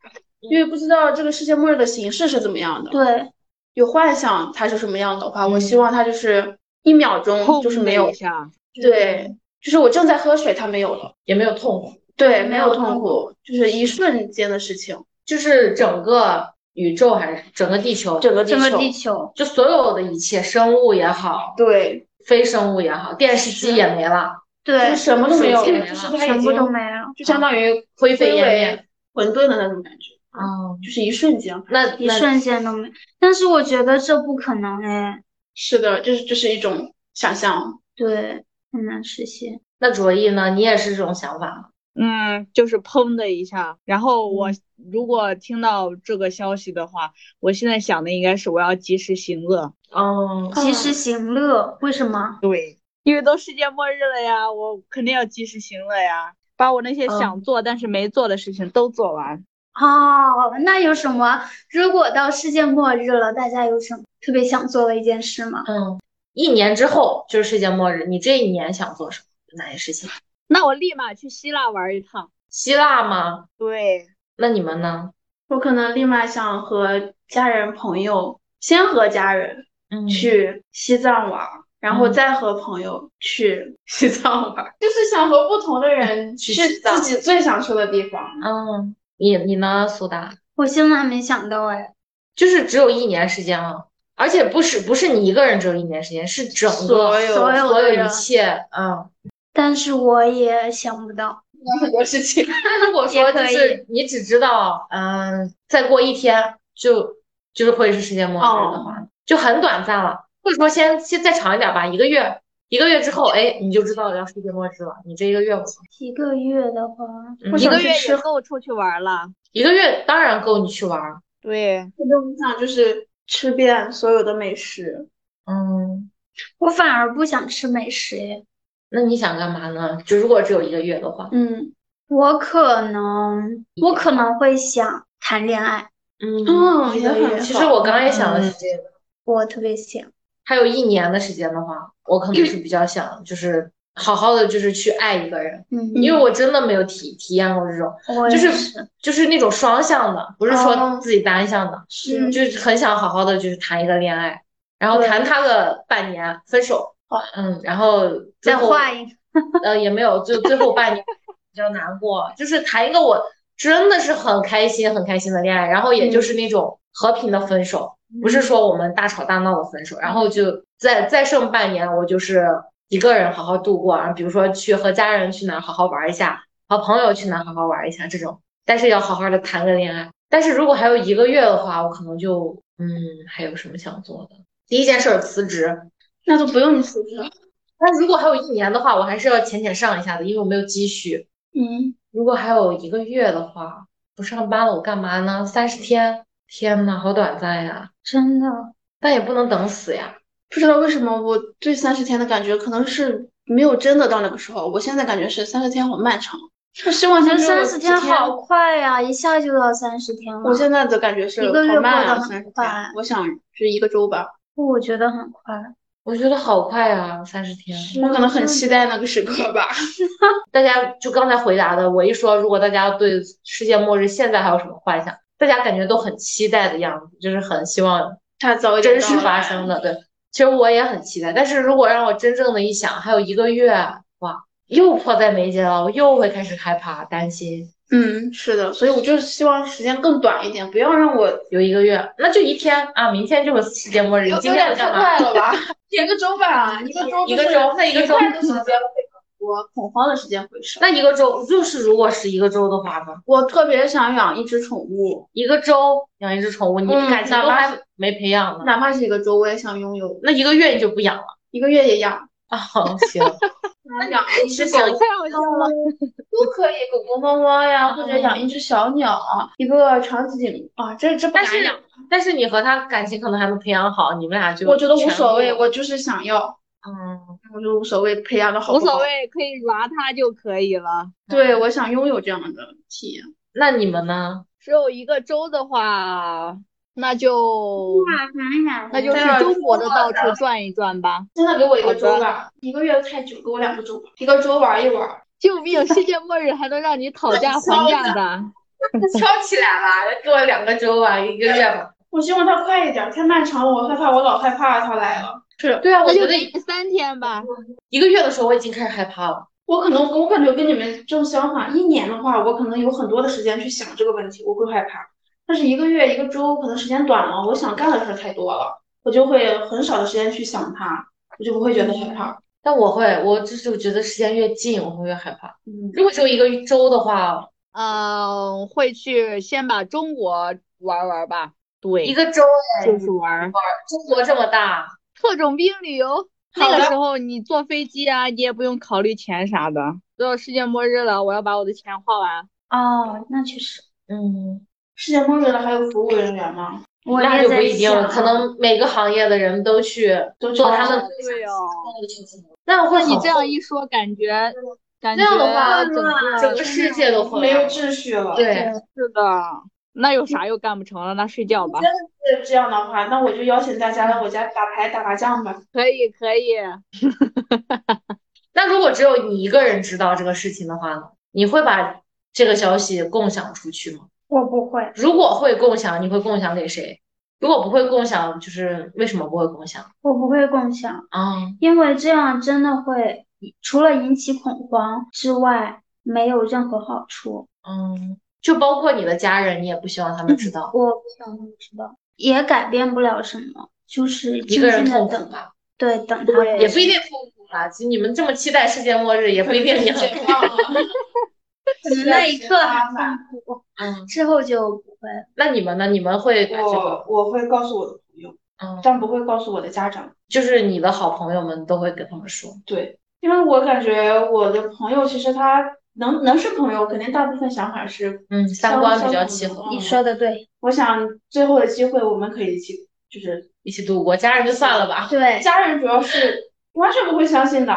S5: 怕。因为不知道这个世界末日的形式是怎么样的。
S4: 对，
S5: 有幻想它是什么样的话，我希望它就是一秒钟就是没有
S6: 一，下，
S5: 对，就是我正在喝水，它没有了，
S2: 也没有痛苦，
S5: 对，没有痛苦，就是一瞬间的事情。
S2: 就是整个宇宙还是整个地球，
S5: 整个地
S4: 整个
S5: 球，
S4: 地球，
S2: 就所有的一切生物也好，
S5: 对，
S2: 非生物也好，电视机也没了，
S5: 就
S4: 对
S5: 是，什么都没有
S2: 水
S5: 了，
S2: 晶
S5: 就是它
S4: 全
S5: 已
S4: 部
S5: 经
S4: 都没了。
S5: 就相当于
S2: 灰飞
S5: 归
S2: 烟
S5: 为
S2: 灭。
S5: 混沌的那种感觉，
S2: 哦，
S5: 就是一瞬间。
S2: 那
S4: 一
S2: 那
S4: 瞬间都没，但是我觉得这不可能哎，
S5: 是的，就是就是一种想象。
S4: 对，很难实
S5: 嗯
S4: 现。
S2: 那卓艺呢？你也是这种想法吗？
S6: 嗯，就是砰的一下。然后我如果听到这个消息的话，我现在想的应该是我要及时行乐。
S2: 嗯，
S4: 及时行乐，为什么？
S6: 对，因为都世界末日了呀，我肯定要及时行乐呀，把我那些
S2: 嗯
S6: 想做但是没做的事情都做完。
S4: 哦，那有什么？如果到世界末日了，大家有什么特别想做的一件事吗？
S2: 嗯，一年之后就是世界末日，你这一年想做什么？哪些事情？
S6: 那我立马去希腊玩一趟。
S2: 希腊吗？
S6: 对，
S2: 那你们呢？
S5: 我可能立马想和家人朋友，先和家人
S2: 嗯
S5: 去西藏玩，然后
S2: 嗯
S5: 再和朋友去 西藏玩，就是想和不同的人 去
S2: 西藏
S5: 自己最想去的地方。
S2: 嗯，你你呢，苏达？
S4: 我现在还没想到哎。
S2: 就是只有一年时间了，而且不是不是你一个人只有一年时间，是整
S5: 所
S2: 个
S5: 有
S2: 所
S4: 所有的
S2: 一
S4: 人
S2: 切。嗯，
S4: 但是我也想不到，
S5: 很多事 情，
S2: 那如果说
S4: 也
S2: 就
S4: 可
S2: 是你只知道，嗯，再过一天就就是会是世界
S5: 哦
S2: 末日的话，就很短暂了。或者说先先再长一点吧，一个月，一个月之后，哎，你就知道要世界末日了。你这一个月，
S4: 一个月的话，
S2: 嗯
S5: 我
S6: 一
S5: 想
S6: 个
S5: 去
S6: 月
S5: 吃
S6: 也够出去玩了。
S2: 一个月当然够你去玩儿。
S6: 对，
S5: 我的梦想就是吃遍所有的美食。
S2: 嗯，
S4: 我反而不想吃美食耶。
S2: 那你想干嘛呢？就如果只有一个月的话，
S5: 嗯，
S4: 我可能，我可能会想谈恋爱，
S2: 嗯，
S5: 嗯，
S2: 一
S5: 也
S2: 个月嗯
S5: 很
S2: 其
S5: 好
S2: 实我刚刚也想的是这个。
S4: 我特别想。
S2: 还有一年的时间的话，我可能是比较想就是好好的就是去爱一个人，
S4: 嗯，
S2: 因为我真的没有体体验过这种，
S4: 我
S2: 就
S4: 也
S2: 是
S4: 是，
S2: 就是那种双向的，不是说
S5: 哦
S2: 自己单向的，
S4: 嗯
S5: 是
S2: 就是很想好好的就是谈一个恋爱，然后
S5: 对
S2: 谈他个半年，分手
S5: 哦，
S2: 嗯，然后最
S4: 再
S2: 后
S4: 换一个，
S2: 呃也没有，就最后半年比较难过，就是谈一个我真的是很开心很开心的恋爱，然后也就是那种和平的分手。不是说我们大吵大闹的分手，然后就再再剩半年，我就是一个人好好度过，啊然后比如说去和家人去哪儿好好玩一下，和朋友去哪儿好好玩一下这种，但是要好好的谈个恋爱。但是如果还有一个月的话，我可能就嗯，还有什么想做的？第一件事儿辞职。
S5: 那都不用你辞职了。
S2: 但如果还有一年的话，我还是要浅浅上一下的，因为我没有积蓄。
S5: 嗯，
S2: 如果还有一个月的话，不上班了，我干嘛呢？三十天，天呐，好短暂呀！
S4: 真的，
S2: 但也不能等死呀。
S5: 不知道为什么我对三十天的感觉可能是没有真的到那个时候，我现在感觉是三十天好漫长。我希望
S4: 我觉
S5: 先
S4: 得
S5: 只有
S4: 三十
S5: 几
S4: 天好快呀，一下就到三十天了。
S5: 我现在的感觉是
S4: 一个月
S5: 好慢
S4: 过
S5: 啊，
S4: 得
S5: 三
S4: 很
S5: 十
S4: 快
S5: 天，我想是一个周吧。
S4: 我觉得很快，
S2: 我觉得好快啊，三十天！
S5: 我可能很期待那个时刻吧。
S2: 大家就刚才回答的，我一说，如果大家对世界末日现在还有什么幻想，大家感觉都很期待的样子，就是很希望
S5: 它早一点
S2: 真实
S5: 到
S2: 发
S5: 来
S2: 生的。对，其实我也很期待，但是如果让我真正的一想，还有一个月，哇，又迫在眉睫了，我又会开始害怕、担心。
S5: 嗯，是的，所以我就是希望时间更短一点，不要让我
S2: 有一个月，那就一天啊，明天就是世界末日，你今天干嘛？
S5: 了 吧？一个周吧，一个周
S2: 一个周那一个周
S5: 的时间会很多，恐慌的时间会少。
S2: 那一个周就是，如果是一个周的话呢？
S5: 我特别想养一只宠物，
S2: 一个周养一只宠物，你
S5: 嗯
S2: 感情
S5: 哪
S2: 都
S5: 怕
S2: 还没培养呢，
S5: 哪怕是一个周，我也想拥有，
S2: 那一个月你就不养了。
S5: 一个月也养。
S2: 啊，行，
S5: 养一只狗
S2: 想
S6: 太好笑了。
S5: 都可以，狗狗、猫猫呀，或者养一只小鸟，一个长颈嗯啊，这这不
S2: 但
S5: 敢
S2: 是
S5: 养，
S2: 但是你和他感情可能还能培养好，你们俩就
S5: 我觉得无
S2: 全
S5: 所
S2: 部
S5: 谓，我就是想要，
S2: 嗯，
S5: 我就无所谓培养的好
S6: 无
S5: 不好
S6: 所，谓，可以抓它就可以了。
S5: 对，我想拥有这样的体验。
S2: 那你们呢？
S6: 只有一个州的话，那就
S4: 当然
S6: 那就
S5: 这
S6: 去
S5: 样
S6: 中国的到处转一转吧。
S5: 真的给我一个周
S6: 好的
S5: 吧，一个月太久，给 我两个周吧，一个周玩一玩。
S6: 救命！世界末日还能让你讨价还价的，
S2: 敲起来吧，过两个周吧，一个月吧。
S5: 我希望它快一点，太漫长了，我害怕，我老害怕它来了。
S3: 是，
S2: 对啊，我
S3: 那
S2: 觉
S3: 就
S2: 得
S3: 给你三天吧。
S2: 一个月的时候我已经开始害怕了。
S5: 我可能我感觉跟你们正相反，一年的话，我可能有很多的时间去想这个问题，我会害怕；但是一个月、一个周，可能时间短了，我想干的事儿太多了，我就会很少的时间去想它，我就不会觉得害怕。
S2: 但我会，我就是我觉得时间越近，我会越害怕。
S5: 嗯，
S2: 如果只有一个周的话，
S6: 嗯，会去先把中国玩玩吧。对，
S2: 一个周哎，
S6: 就是玩。
S2: 中国这么大，
S6: 特种兵旅游，那
S2: 好
S6: 个
S2: 的
S6: 时候你坐飞机啊，你也不用考虑钱啥的。都要世界末日了，我要把我的钱花完。
S4: 哦，那确实，
S2: 嗯，
S5: 世界末日了，还有服务人员吗？
S4: 我
S2: 那
S4: 也
S2: 就
S4: 在
S2: 不一定了，
S4: 想
S2: 可能每个行业的人都去
S5: 都
S2: 做
S5: 超
S2: 他们
S5: 市
S6: 对哦，
S2: 那会
S6: 那你
S2: 很
S6: 这样一说，感觉感
S2: 这样的
S6: 觉
S2: 话
S6: 整个
S2: 整个世界都混
S5: 没有
S2: 乱。
S5: 秩序了。
S2: 对，
S6: 是的，那有啥又干不成了？那睡觉吧。
S5: 对，这样的话，那我就邀请大家来我家打牌、打麻将吧。
S6: 可以可以，
S2: 那如果只有你一个人知道这个事情的话呢？你会把这个消息共享出去吗？
S4: 我不会，
S2: 如果会共享，你会共享给谁？如果不会共享，就是为什么不会共享
S4: 我不会共享，
S2: 啊？
S4: 因为这样真的会除了引起恐慌之外，没有任何好处。
S2: 嗯，就包括你的家人，你也不希望他们知道，
S4: 我不想知道，也改变不了什么，嗯就是
S2: 一
S4: 静
S2: 个人
S4: 静的
S2: 痛苦
S4: 等，
S2: 吧，
S4: 对，等他
S6: 对
S2: 也不一定痛苦啦。就你们这么期待世界末日，也不一定你
S5: 解
S2: 很
S5: 放了，
S4: 可能那一刻还痛苦，
S2: 嗯。
S4: 之后就不会了。
S2: 那你们呢？你们会感觉
S5: 我我会告诉我的朋友，
S2: 嗯，
S5: 但不会告诉我的家长。
S2: 就是你的好朋友们都会跟他们说，
S5: 对，因为我感觉我的朋友其实他能能是朋友，肯定大部分想法是，
S2: 嗯，三观比较契合，嗯
S4: 你说的对，
S5: 我想最后的机会我们可以一起，就是
S2: 一起度过，家人就算了吧。
S4: 对，
S5: 家人主要是完全不会相信的，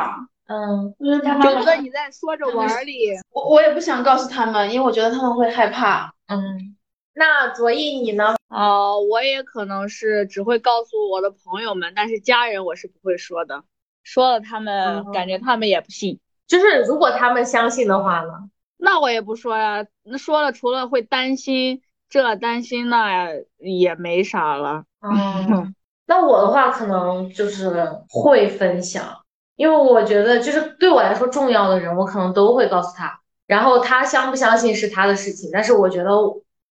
S2: 嗯，
S5: 就是他
S6: 整
S5: 们，
S6: 个你在说着玩儿 里，
S5: 我我也不想告诉他们，因为我觉得他们会害怕。
S2: 嗯，那卓艺你呢？
S6: 哦、我也可能是只会告诉我的朋友们，但是家人我是不会说的，说了他
S2: 嗯
S6: 们感觉他们也不信，
S2: 就是如果他们相信的话 呢？
S6: 那我也不说呀，那说了除了会担心这担心那也没啥了。
S2: 嗯，那我的话可能就是会分享，因为我觉得就是对我来说重要的人，我可能都会告诉他。然后他相不相信是他的事情，但是我觉得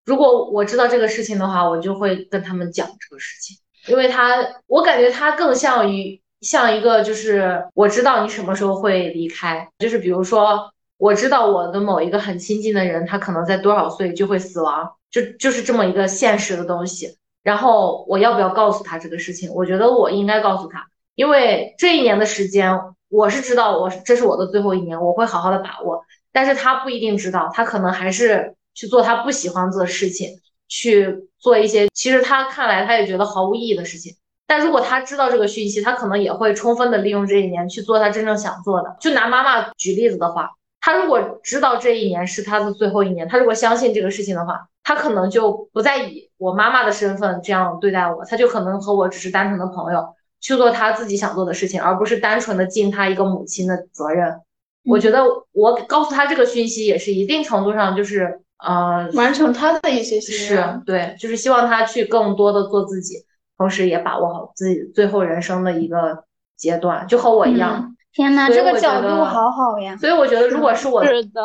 S2: 如果我知道这个事情的话，我就会跟他们讲这个事情，因为他我感觉他更像于像一个就是我知道你什么时候会离开，就是比如说我知道我的某一个很亲近的人，他可能在多少岁就会死亡，就就是这么一个现实的东西。然后我要不要告诉他这个事情？我觉得我应该告诉他，因为这一年的时间，我是知道我是这是我的最后一年，我会好好的把握。但是他不一定知道，他可能还是去做他不喜欢做的事情，去做一些其实他看来他也觉得毫无意义的事情。但如果他知道这个讯息，他可能也会充分的利用这一年去做他真正想做的。就拿妈妈举例子的话，他如果知道这一年是他的最后一年，他如果相信这个事情的话，他可能就不再以我妈妈的身份这样对待我，他就可能和我只是单纯的朋友，去做他自己想做的事情，而不是单纯的尽他一个母亲的责任。我觉得我告诉他这个讯息，也是一定程度上就是呃，
S5: 完成他的一些心
S2: 是
S5: 愿，
S2: 对，就是希望他去更多的做自己，同时也把握好自己最后人生的一个阶段，就和我一样。
S4: 嗯天呐，
S2: 所以
S4: 这个
S2: 我觉
S4: 角
S2: 得
S4: 度好好
S5: 嗯
S4: 呀。
S2: 所以我觉得，如果是我
S6: 是的，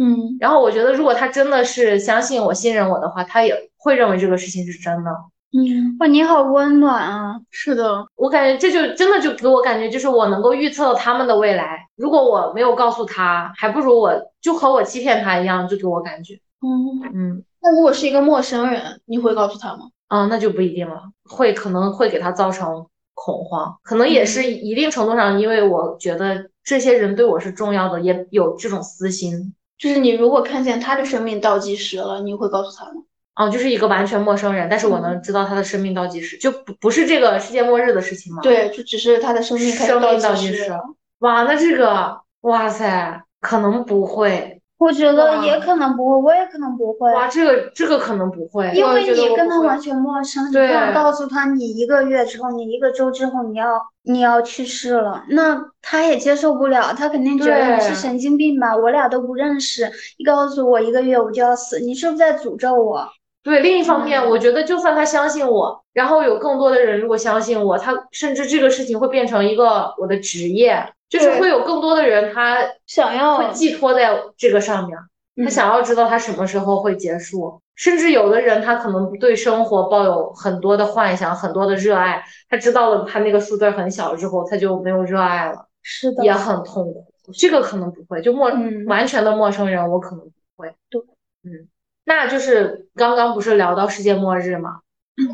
S4: 嗯，
S2: 然后我觉得，如果他真的是相信我、信任我的话，他也会认为这个事情是真的。
S4: 嗯
S2: 嗯
S4: 哇，你好温暖啊！
S5: 是的，
S2: 我感觉这就真的就给我感觉，就是我能够预测到他们的未来。如果我没有告诉他，还不如我就和我欺骗他一样，就给我感觉，
S5: 嗯，
S2: 嗯
S5: 那如果是一个陌生人，你会告诉他吗？
S2: 啊，那就不一定了，会可能会给他造成恐慌，可能也
S4: 嗯
S2: 是一定程度上，因为我觉得这些人对我是重要的，也有这种私心
S5: 就是你如果看见他的生命倒计时了，你会告诉他吗？
S2: 啊，就是一个完全陌生人，但是我
S4: 嗯
S2: 能知道他的生命倒计时，就不不是这个世界末日的事情吗？
S5: 对，就只是他的生命开始
S2: 生命
S5: 倒
S2: 倒
S5: 计
S2: 计
S5: 时
S2: 时
S5: 了。
S2: 哇，那这个，哇塞，可能不会，
S4: 我觉
S2: 哇
S4: 得也可能不会，我也可能不会，
S2: 哇，这个这个可能不会，
S4: 因
S2: 我
S4: 为
S2: 觉得
S4: 你
S2: 我
S4: 跟
S2: 不
S4: 他
S2: 会
S4: 完全陌生，你不
S2: 对
S4: 能告诉他你一个月之后，你一个周之后你要你要去世了，那他也接受不了，他肯定觉得你
S2: 对
S4: 是神经病吧？我俩都不认识，你告诉我一个月我就要死，你是不是在诅咒我？
S2: 对，另一方面，
S5: 嗯
S2: 我觉得就算他相信我，然后有更多的人如果相信我，他甚至这个事情会变成一个我的职业，就是
S5: 对
S2: 会有更多的人他
S5: 想
S2: 会
S5: 要
S2: 寄托在这个上面，他
S5: 嗯
S2: 想要知道他什么时候会结束，甚至有的人他可能对生活抱有很多的幻想，很多的热爱，他知道了他那个数字儿很小之后，他就没有热爱了，
S4: 是的，
S2: 也很痛苦。这个可能不会，就陌
S5: 嗯
S2: 完全的陌生人，我可能不会。
S4: 对，
S2: 嗯，那就是刚刚不是聊到世界末日嘛？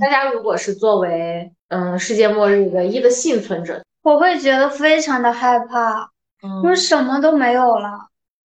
S2: 大家如果是作为嗯世界末日唯一的幸存者，
S4: 我会觉得非常的害怕，
S2: 嗯
S4: 因为什么都没有了，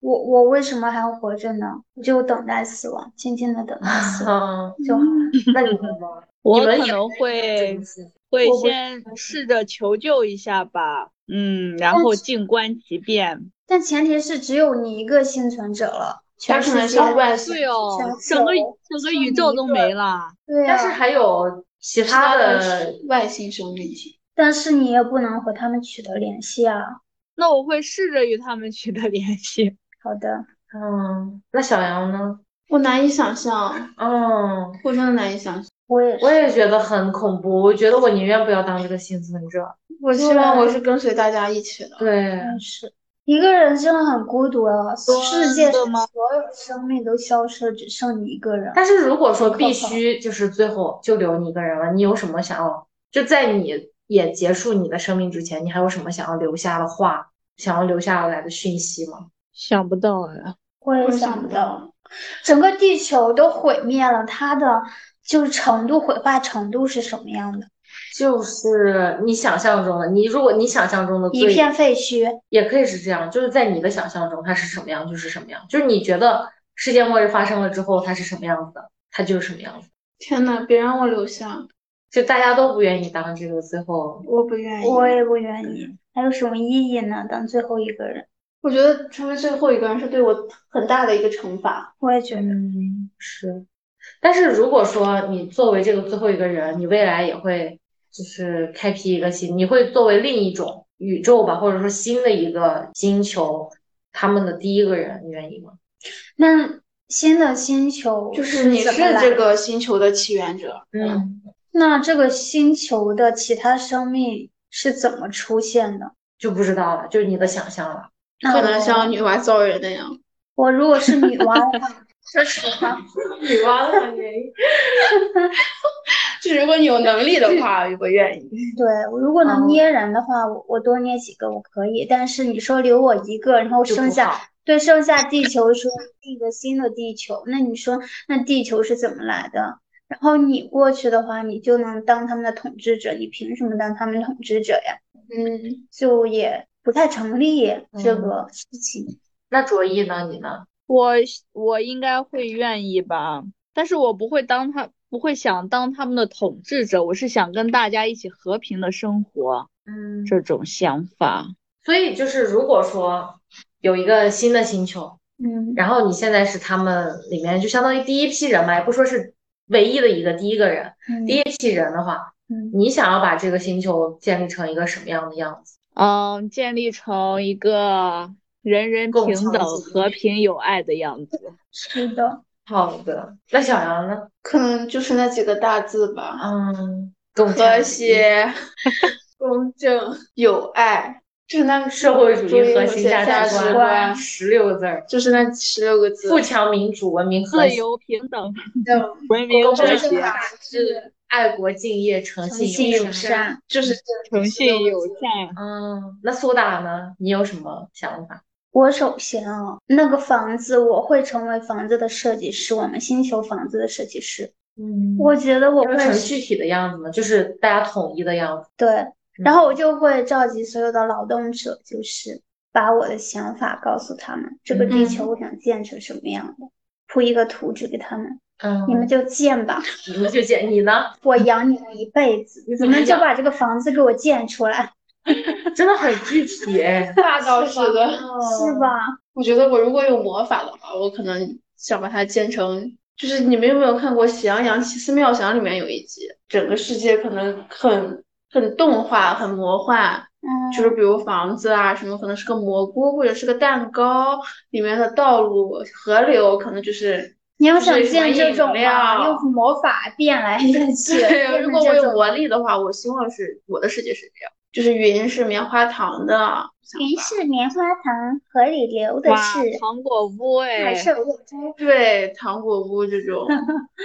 S4: 我我为什么还要活着呢？我就等待死亡，静静的等待死亡
S2: 嗯，
S4: 就 好了。
S2: 那你们呢？
S6: 我
S2: 你们
S6: 可
S2: 也
S6: 能
S2: 这
S6: 会
S2: 个幸存
S6: 会
S4: 我不
S6: 先试着求救一下吧，嗯，然
S4: 但
S6: 后
S4: 是
S6: 静观其变。
S4: 但前提是只有你一个幸存者了，全
S5: 他可
S4: 世
S5: 能
S4: 界
S5: 是万岁。
S6: 对哦
S4: 全，
S6: 整个
S4: 球
S6: 整个
S4: 剩
S6: 宇宙
S4: 一
S6: 都
S4: 个
S6: 没了。
S4: 对
S2: 但是
S4: 啊，
S2: 还有其
S5: 其
S2: 他
S5: 的
S2: 的，
S5: 外星生命体，
S4: 但是你也不能和他们取得联系啊。
S6: 那我会试着与他们取得联系。
S4: 好的，
S2: 嗯，那小杨呢？
S5: 我难以想象，
S2: 嗯，
S5: 我真的难以想象。
S4: 我也
S2: 我
S4: 是，
S2: 也觉得很恐怖，我觉得我宁愿不要当这个幸存者。
S5: 我希望我是跟随大家一起的。
S2: 对，
S4: 我也是一个人真的很孤独啊。世界上所有生命都消失了，只剩你一个人。
S2: 但是如果说
S4: 可
S2: 必
S4: 怕
S2: 须就是最后就留你一个人了，你有什么想要？就在你也结束你的生命之前，你还有什么想要留下的话，想要留下来的讯息吗？
S6: 想不到呀，
S4: 我也
S5: 我
S4: 想
S5: 想
S4: 不
S5: 不
S4: 到，整个地球都毁灭了，它的就是程度毁坏程度是什么样的？
S2: 就是你想象中的，你如果你想象中的
S4: 一
S2: 最
S4: 片废墟。
S2: 也可以是这样，就是在你的想象中它是什么样就是什么样，就是你觉得世界末日发生了之后它是什么样子的，它就是什么样子。
S5: 天呐，别让我留下，
S2: 就大家都不愿意当这个最后，
S5: 我不愿意。
S4: 我也不愿意，还有什么意义呢？当最后一个人，
S5: 我觉得成为最后一个人是对我很大的一个惩罚。
S4: 我也觉得。
S2: 嗯，是。但是如果说你作为这个最后一个人，你未来也会就是开辟一个新，你会作为另一种宇宙吧，或者说新的一个星球，他们的第一个人，你愿意吗？
S4: 那新的星球
S5: 就是你
S4: 怎
S5: 是
S4: 么来
S5: 这个星球的起源者，
S2: 嗯，
S4: 那这个星球的其他生命是怎么出现的？
S2: 就不知道了，就是你的想象了。
S4: 那
S5: 可能像
S4: 我
S5: 女娲造人那样。
S4: 我如果是女娲 的话，说实话，
S5: 女娲的原因， 就如果你有能力的 话，我愿意。
S4: 对，我如果
S2: 哦
S4: 能捏人的话，我我多捏几个我可以。但是你说留我一个，然后
S2: 就
S4: 剩
S2: 不
S4: 下
S2: 好
S4: 对剩下地球说一个新的地球，那你说那地球是怎么来的？然后你过去的话，你就能当他们的统治者，你凭什么当他们的统治者呀？
S5: 嗯，
S4: 就也不太成立这
S2: 嗯
S4: 个事情。
S2: 那卓一呢？你呢？
S6: 我我应该会愿意吧，但是我不会当他，不会想当他们的统治者，我是想跟大家一起和平的生活
S2: 嗯，
S6: 这种想法。
S2: 所以就是，如果说有一个新的星球，
S4: 嗯，
S2: 然后你现在是他们里面就相当于第一批人嘛，也不说是唯一的一个第一个人，第一批人的话，
S4: 嗯
S2: 你想要把这个星球建立成一个什么样的样子？
S6: 嗯，建立成一个人人
S2: 共
S6: 平
S2: 创
S6: 等、
S2: 性
S6: 和平友爱的样子。
S4: 是的，
S2: 好的，那小杨呢？
S5: 可能就是那几个大字吧：
S2: 嗯，共
S5: 和
S2: 产
S5: 谐、 公正、友爱，就是那个
S2: 社会主义核心
S5: 价
S2: 价
S5: 价
S2: 值观
S5: 值观，
S2: 十六个字儿，
S5: 就是那十六个字。
S2: 富强、民主、文明、和
S6: 自
S2: 谐、
S6: 由、平等、
S5: 正
S6: 文明、
S2: 公
S6: 和
S2: 正
S6: 谐、
S5: 法治，
S2: 爱国、敬业、诚
S4: 诚
S2: 信、
S4: 信
S2: 友
S4: 友
S2: 善。
S4: 善。
S5: 就是
S6: 诚信、友
S5: 有。
S6: 善。
S2: 嗯，那苏打呢？你有什么想法？
S4: 我首先啊，那个房子我会成为房子的设计师，我们星球房子的设计师。
S2: 嗯
S4: 我觉得我
S2: 要
S4: 会
S2: 成
S4: 是
S2: 具体的样子呢，就是大家统一的样子。
S4: 对，然后我就会召集所有的劳动者，就是把我的想法告诉他们，这个地
S5: 嗯
S4: 球我想建成什么样的，铺一个图纸给他们，
S2: 嗯，
S4: 你们就 建吧，
S2: 你们就建，你呢？
S4: 我养你们一辈子，
S2: 你
S4: 你
S2: 怎么
S4: 们就
S2: 养
S4: 把这个房子给我建出来，
S2: 真的很具体哎。哦
S5: 大道是的，
S4: 是吧？
S5: 我觉得我如果有魔法的话，我可能想把它建成。就是你们有没有看过《喜羊羊奇思妙想》里面有一集，整个世界可能很很动画、很魔幻，
S4: 嗯
S5: 就是比如房子啊什么，可能是个蘑菇或者是个蛋糕，里面的道路、河流可能就是
S4: 你要想
S5: 就是什么
S4: 见这
S5: 饮
S4: 种
S5: 料
S4: 嘛，用魔法变来 变去，
S5: 对，
S4: 变
S5: 如
S4: 成
S5: 果我
S4: 这
S5: 有
S4: 种
S5: 魔力的话，我希望是我的世界是这样，就是云是棉花糖的想
S4: 云
S5: 法，
S4: 是棉花糖，河里流的
S6: 哇，
S4: 是
S6: 糖果屋
S4: 海
S6: 哎，
S4: 市蜃楼，
S5: 对，糖果屋这种，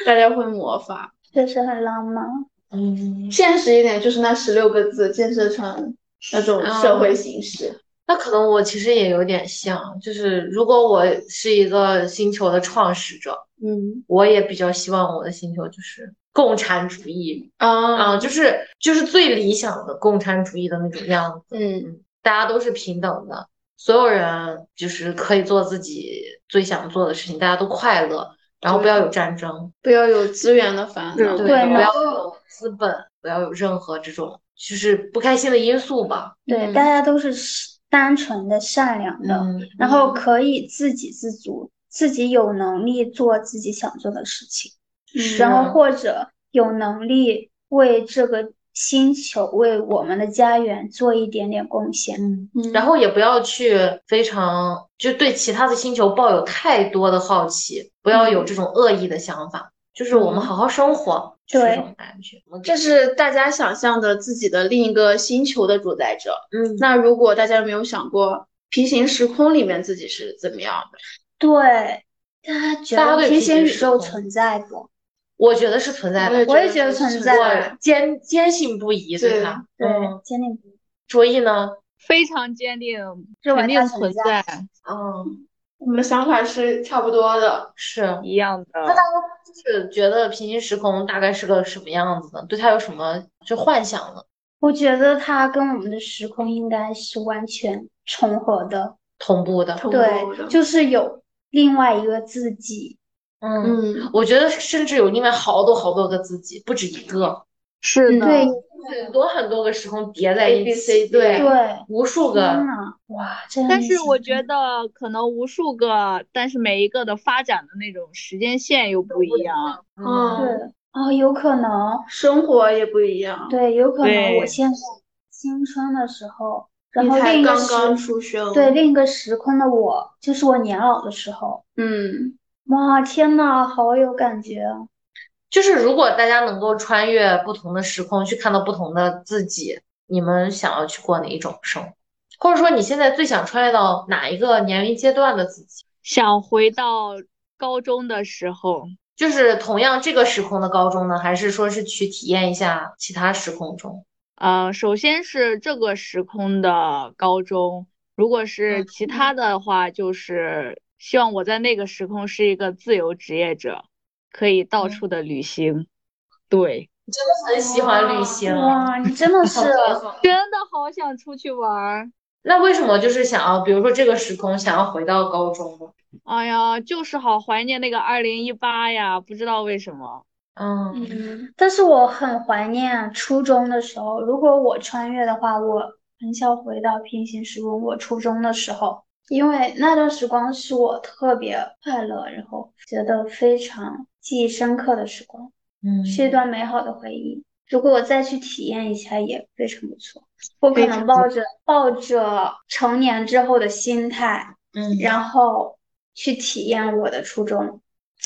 S5: 大家会魔法。
S4: 确实很浪漫。
S2: 嗯，
S5: 现实一点就是那十六个字，建设成那种
S4: 嗯
S5: 社会形式。
S2: 那可能我其实也有点像，就是如果我是一个星球的创始者，
S5: 嗯
S2: 我也比较希望我的星球就是共产主义，
S4: 嗯
S5: 啊
S2: 啊，就是就是最理想的共产主义的那种样子，
S5: 嗯
S2: 大家都是平等的，所有人就是可以做自己最想做的事情，大家都快乐，然后不要有战争，
S5: 不要有资源的烦恼。
S2: 对，
S4: 对
S2: 不
S4: 然
S2: 要
S4: 后
S2: 有资本，不要有任何这种就是不开心的因素吧，
S4: 对，
S5: 嗯
S4: 大家都是是单纯的、善良的，
S2: 嗯，
S4: 然后可以自给自足，自己有能力做自己想做的事情，
S5: 是
S4: 然
S2: 啊
S4: 后或者有能力为这个星球、为我们的家园做一点点贡献。
S2: 嗯。
S5: 嗯
S2: 然后也不要去非常，就对其他的星球抱有太多的好奇，不要
S4: 嗯
S2: 有这种恶意的想法，就是我们好好生活，就是这
S4: 对
S2: 种感觉。我
S5: 这是大家想象的自己的另一个星球的主宰者。
S2: 嗯，
S5: 那如果大家有没有想过平行时空里面自己是怎么样的？
S4: 对，大家觉
S2: 大家
S4: 得
S2: 对
S4: 平
S2: 平
S4: 行
S2: 行
S4: 宇
S2: 时
S4: 宙
S2: 空
S4: 存在不？
S2: 我觉得是存在的，
S4: 我也觉得
S5: 是
S4: 存在
S2: 我坚坚信不疑
S5: 对
S2: 它。
S4: 对
S2: 嗯，，
S4: 坚定不移，
S2: 卓一呢？
S6: 非常坚定，
S4: 认
S6: 肯
S4: 为它
S6: 定
S4: 存
S6: 存
S4: 在。
S6: 在，
S2: 嗯，
S5: 我们想法是差不多的。
S2: 是，
S6: 一样的。
S2: 就是觉得平行时空大概是个什么样子呢？对它有什么就幻想呢？
S4: 我觉得它跟我们的时空应该是完全重合的，
S2: 同步的，
S5: 同步的
S4: 对，就是有另外一个自己。
S2: 嗯，
S5: 嗯，
S2: 我觉得甚至有另外好多好多个自己，不止一个。
S3: 嗯
S6: 是的，
S4: 嗯对
S2: 很多很多个时空叠在
S5: A
S2: 一
S5: B
S2: 起，
S5: C
S2: 对，
S4: 对，嗯
S2: 无数
S4: 天
S2: 个，
S4: 呐，哇，这样
S6: 但
S4: 一
S6: 是
S4: 想
S6: 我
S4: 真
S6: 觉
S4: 的
S6: 得可能无数个，但是每一个的发展的那种时间线又不一样。
S5: 嗯
S4: 对哦，有可能，
S5: 生活也不一样。
S4: 对，有可能我
S6: 对
S4: 现在青春的时候，然
S5: 你
S4: 后
S5: 才
S4: 另一个
S5: 刚刚
S4: 时，
S5: 出生。
S4: 对，另一个时空的我，就是我年老的时候。
S5: 嗯，
S4: 哇，天呐，好有感觉啊！
S2: 就是如果大家能够穿越不同的时空去看到不同的自己，你们想要去过哪一种生活？或者说你现在最想穿越到哪一个年龄阶段的自己？
S6: 想回到高中的时候，
S2: 就是同样这个时空的高中呢，还是说是去体验一下其他时空中？
S6: 呃，首先是这个时空的高中，如果是其他的话，就是希望我在那个时空是一个自由职业者，可以到
S2: 嗯
S6: 处的旅行。对，
S2: 很喜欢旅行，
S4: 哇，你 真的是，
S3: 啊
S6: 真的好想出去玩儿。
S2: 那为什么就是想要，比如说这个时空想要回到高中呢？
S6: 哎呀，就是好怀念那个二零一八呀，不知道为什么。
S2: 嗯，
S5: 嗯，
S4: 但是我很怀念啊初中的时候。如果我穿越的话，我很想回到平行时空，我初中的时候，因为那段时光是我特别快乐，然后觉得非常记忆深刻的时光，
S2: 嗯
S4: 是一段美好的回忆。如果我再去体验一下，也非常不错。我可能抱着抱着成年之后的心态，
S2: 嗯，
S4: 然后去体验我的初中，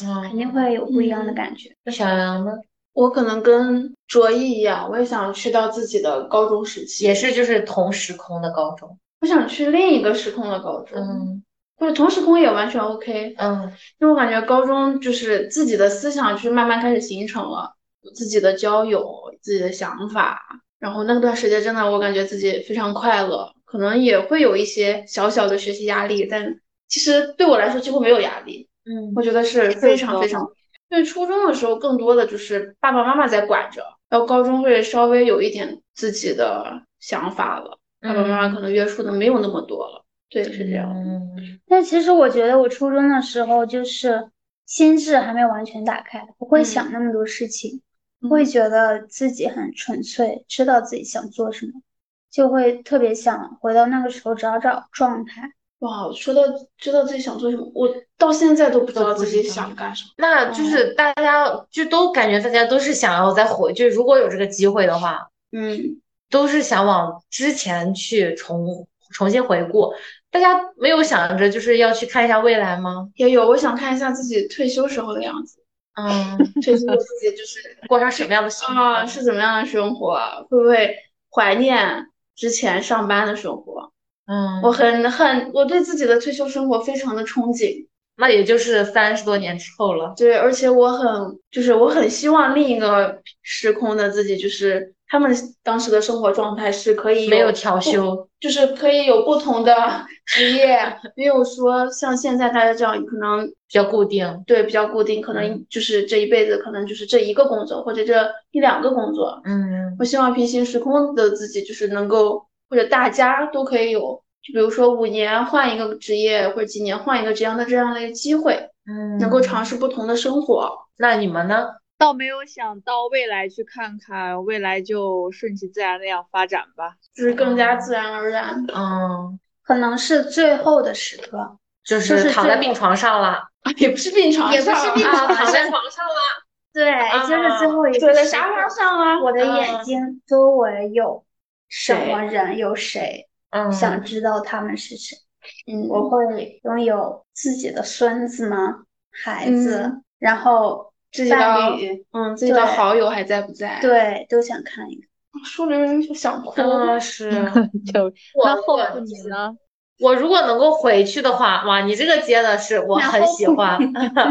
S2: 嗯
S4: 肯定会有不一样的
S5: 嗯
S4: 感觉。
S2: 那小杨呢？
S5: 我可能跟卓一一样，我也想去到自己的高中时期，
S2: 也是就是同时空的高中。
S5: 我想去另一个时空的高中，
S2: 嗯
S5: 或者同时空也完全 OK。
S2: 嗯
S5: 因为我感觉高中就是自己的思想就是慢慢开始形成了，自己的交友、自己的想法，然后那段时间真的我感觉自己非常快乐，可能也会有一些小小的学习压力，但其实对我来说几乎没有压力，
S2: 嗯
S5: 我觉得是非常非常。对初中的时候，更多的就是爸爸妈妈在管着，然后高中会稍微有一点自己的想法了，爸爸妈妈可能约束的没有那么多了。对，是这样。
S2: 嗯
S4: 但其实我觉得，我初中的时候就是心智还没有完全打开，不会
S5: 嗯
S4: 想那么多事情，
S5: 嗯
S4: 会觉得自己很纯粹，知道自己想做什么，就会特别想回到那个时候找找状态，
S5: 哇，说到知道自己想做什么，我到现在都不知
S2: 都
S5: 道
S2: 不
S5: 自
S2: 知
S5: 己
S2: 道
S5: 想干什么。
S2: 那
S5: 嗯
S2: 就是大家就都感觉大家都是想要再回，就如果有这个机会的话，
S4: 嗯，
S2: 都是想往之前去重重新回顾。大家没有想着就是要去看一下未来吗？
S5: 也有，我想看一下自己退休时候的样子，
S2: 嗯，
S5: 退休自己 就是
S2: 过上什么样的生活？
S5: 啊，是怎么样的生活？会不会怀念之前上班的生活？
S2: 嗯，
S5: 我很很，我对自己的退休生活非常的憧憬。
S2: 那也就是三十多年之后了。
S5: 对，而且我很，就是我很希望另一个时空的自己，就是他们当时的生活状态是可以
S2: 没有
S5: 有
S2: 调
S5: 不
S2: 休，
S5: 就是可以有不同的职业，没有说像现在大家这样，可能
S2: 比较固定。
S5: 对比较固定，可
S2: 嗯
S5: 能就是这一辈子可能就是这一个工作或者这一两个工作。
S2: 嗯
S5: 我希望平行时空的自己就是能够，或者大家都可以有，就比如说五年换一个职业，或者几年换一个这样的这样的一个机会，
S2: 嗯，
S5: 能够尝试不同的生活。
S2: 那你们呢？
S6: 倒没有想到未来去看看，未来就顺其自然那样发展吧。
S5: 就是更加自然而然。
S2: 嗯，
S4: 可能是最后的时刻，
S2: 就
S4: 就是是
S2: 躺
S4: 最
S2: 在病床上了，
S5: 也不是病床
S4: 也不是
S5: 上
S4: 病
S5: 啊
S2: 啊，躺在床上了。
S4: 对，哎就是最后一
S5: 坐
S4: 个
S5: 在
S4: 时
S5: 沙发
S4: 刻。
S5: 上啊，
S4: 我的
S5: 嗯
S4: 眼睛周围有什么人，有谁，
S2: 嗯，
S4: 想知道他们是谁。
S5: 嗯，
S4: 我会拥有自己的孙子吗？孩子，然后
S5: 嗯自己
S4: 伴
S5: 的
S4: 侣，
S5: 嗯自己的
S4: 对
S5: 好友还在不在？，
S4: 对，都想看一看。
S5: 说着就想哭。
S2: 嗯是。
S6: 就
S2: 我
S6: 那后
S2: 我
S6: 复你呢？
S2: 我如果能够回去的话，哇，你这个接的是我很喜欢。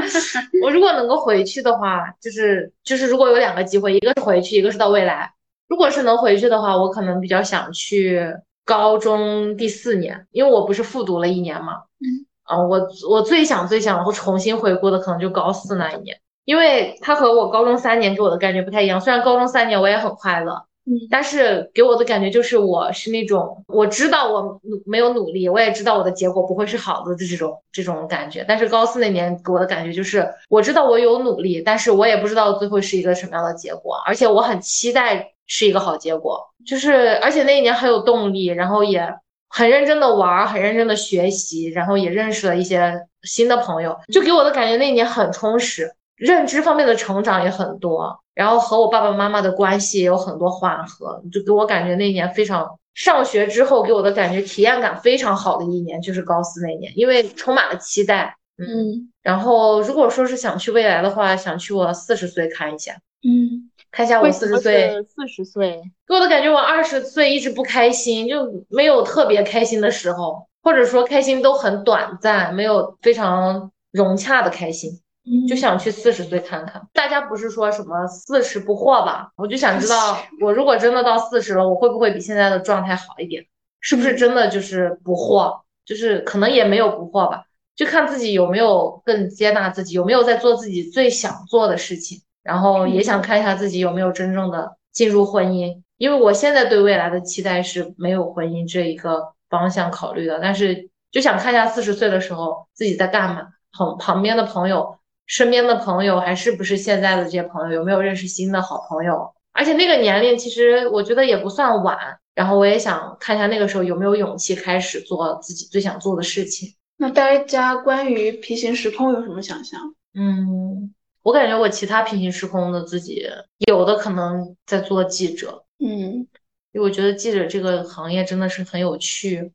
S2: 我如果能够回去的话，就是就是如果有两个机会，一个是回去，一个是到未来。如果是能回去的话，我可能比较想去高中第四年，因为我不是复读了一年嘛。
S4: 嗯。
S2: 啊，我我最想最想重新回顾的，可能就高四那一年，因为它和我高中三年给我的感觉不太一样。虽然高中三年我也很快乐，
S5: 嗯
S2: 但是给我的感觉就是，我是那种我知道我努没有努力，我也知道我的结果不会是好的这种这种感觉。但是高四那年给我的感觉就是，我知道我有努力，但是我也不知道最后是一个什么样的结果，而且我很期待是一个好结果。就是而且那一年很有动力，然后也很认真的玩儿，很认真的学习，然后也认识了一些新的朋友，就给我的感觉那一年很充实。认知方面的成长也很多，然后和我爸爸妈妈的关系也有很多缓和，就给我感觉那一年非常上学之后给我的感觉体验感非常好的一年，就是高四那一年，因为充满了期待。
S5: 嗯
S2: 然后如果说是想去未来的话，想去我四十岁看一下，
S5: 嗯，
S2: 看一下我
S6: 为什
S2: 四十
S6: 么
S2: 岁，
S6: 是四十岁？
S2: 给我的感觉，我二十岁一直不开心，就没有特别开心的时候，或者说开心都很短暂，没有非常融洽的开心，就想去四十岁看看。大家不是说什么四十不惑吧？我就想知道，我如果真的到四十了，我会不会比现在的状态好一点？是不是真的就是不惑？就是可能也没有不惑吧，就看自己有没有更接纳自己，有没有在做自己最想做的事情。然后也想看一下自己有没有真正的进入婚姻，因为我现在对未来的期待是没有婚姻这一个方向考虑的，但是就想看一下四十岁的时候自己在干嘛，旁旁边的朋友、身边的朋友还是不是现在的这些朋友，有没有认识新的好朋友？而且那个年龄其实我觉得也不算晚，然后我也想看一下那个时候有没有勇气开始做自己最想做的事情。
S5: 那大家关于平行时空有什么想象？
S2: 嗯，我感觉我其他平行时空的自己，有的可能在做记者，
S5: 嗯
S2: 因为我觉得记者这个行业真的是很有趣，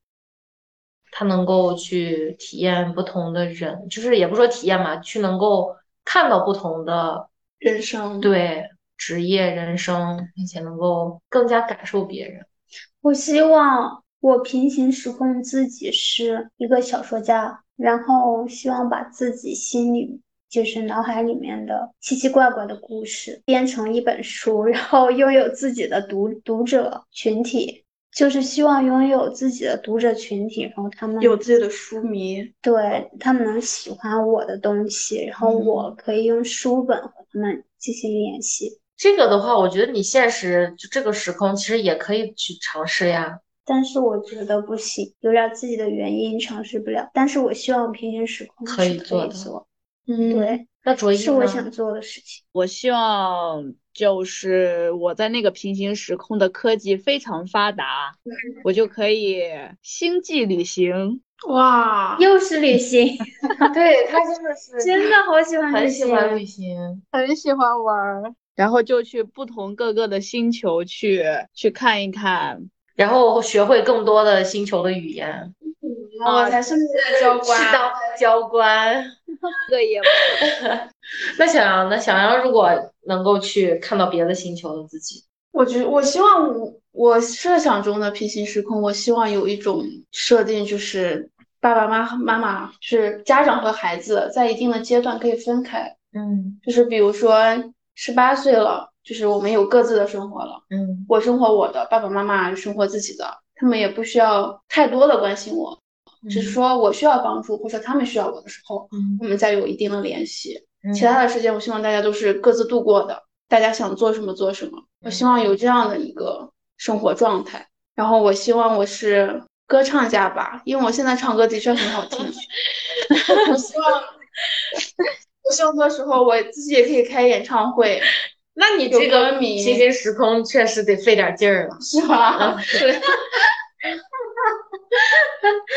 S2: 他能够去体验不同的人，就是也不说体验嘛，去能够看到不同的
S5: 人生，
S2: 对职业人生，并且能够更加感受别人。
S4: 我希望我平行时空自己是一个小说家，然后希望把自己心里就是脑海里面的奇奇怪怪的故事编成一本书，然后拥有自己的读读者群体，就是希望拥有自己的读者群体，然后他们
S5: 有自己的书迷。
S4: 对他们能喜欢我的东西，然后
S2: 嗯
S4: 我可以用书本和他们进行联系。
S2: 这个的话，我觉得你现实就这个时空其实也可以去尝试呀。
S4: 但是我觉得不行，有点自己的原因尝试不了。但是我希望平行时空
S2: 可
S4: 是
S2: 以
S4: 可
S2: 做
S4: 以
S2: 的
S4: 做，
S5: 嗯，
S4: 对，
S2: 那卓一
S4: 是我
S2: 呢？
S4: 想做的事情。
S6: 我希望就是我在那个平行时空的科技非常发达，我就可以星际旅行。
S5: 哇，
S4: 又是旅行，
S2: 对他 真的是
S4: 真的好喜欢旅
S2: 很喜
S4: 行。
S2: 欢旅行，
S6: 很喜欢玩儿，然后就去不同各个的星球去去看一看。
S2: 然后学会更多的星球的语言，
S5: 我才是教官。
S2: 去当教官。
S6: 这个也
S2: 那小杨呢？小杨如果能够去看到别的星球的自己，
S5: 我觉我希望我我设想中的平行时空，我希望有一种设定，就是爸爸妈妈妈是家长和孩子在一定的阶段可以分开，
S2: 嗯
S5: 就是比如说十八岁了，就是我们有各自的生活了，
S2: 嗯
S5: 我生活我的，爸爸妈妈生活自己的，他们也不需要太多的关心我，只是说我需要帮助或者他们需要我的时候，
S2: 嗯
S5: 我们再有一定的联系。
S2: 嗯
S5: 其他的时间，我希望大家都是各自度过的，大家想做什么做什么。我希望有这样的一个生活状态。然后我希望我是歌唱家吧，因为我现在唱歌的确很好听。 我希望，我希望到时候我自己也可以开演唱会，
S2: 那你
S5: 有
S2: 这个嗯
S5: 歌迷
S2: 平行时空确实得费点劲儿 了，
S5: 是吧？对，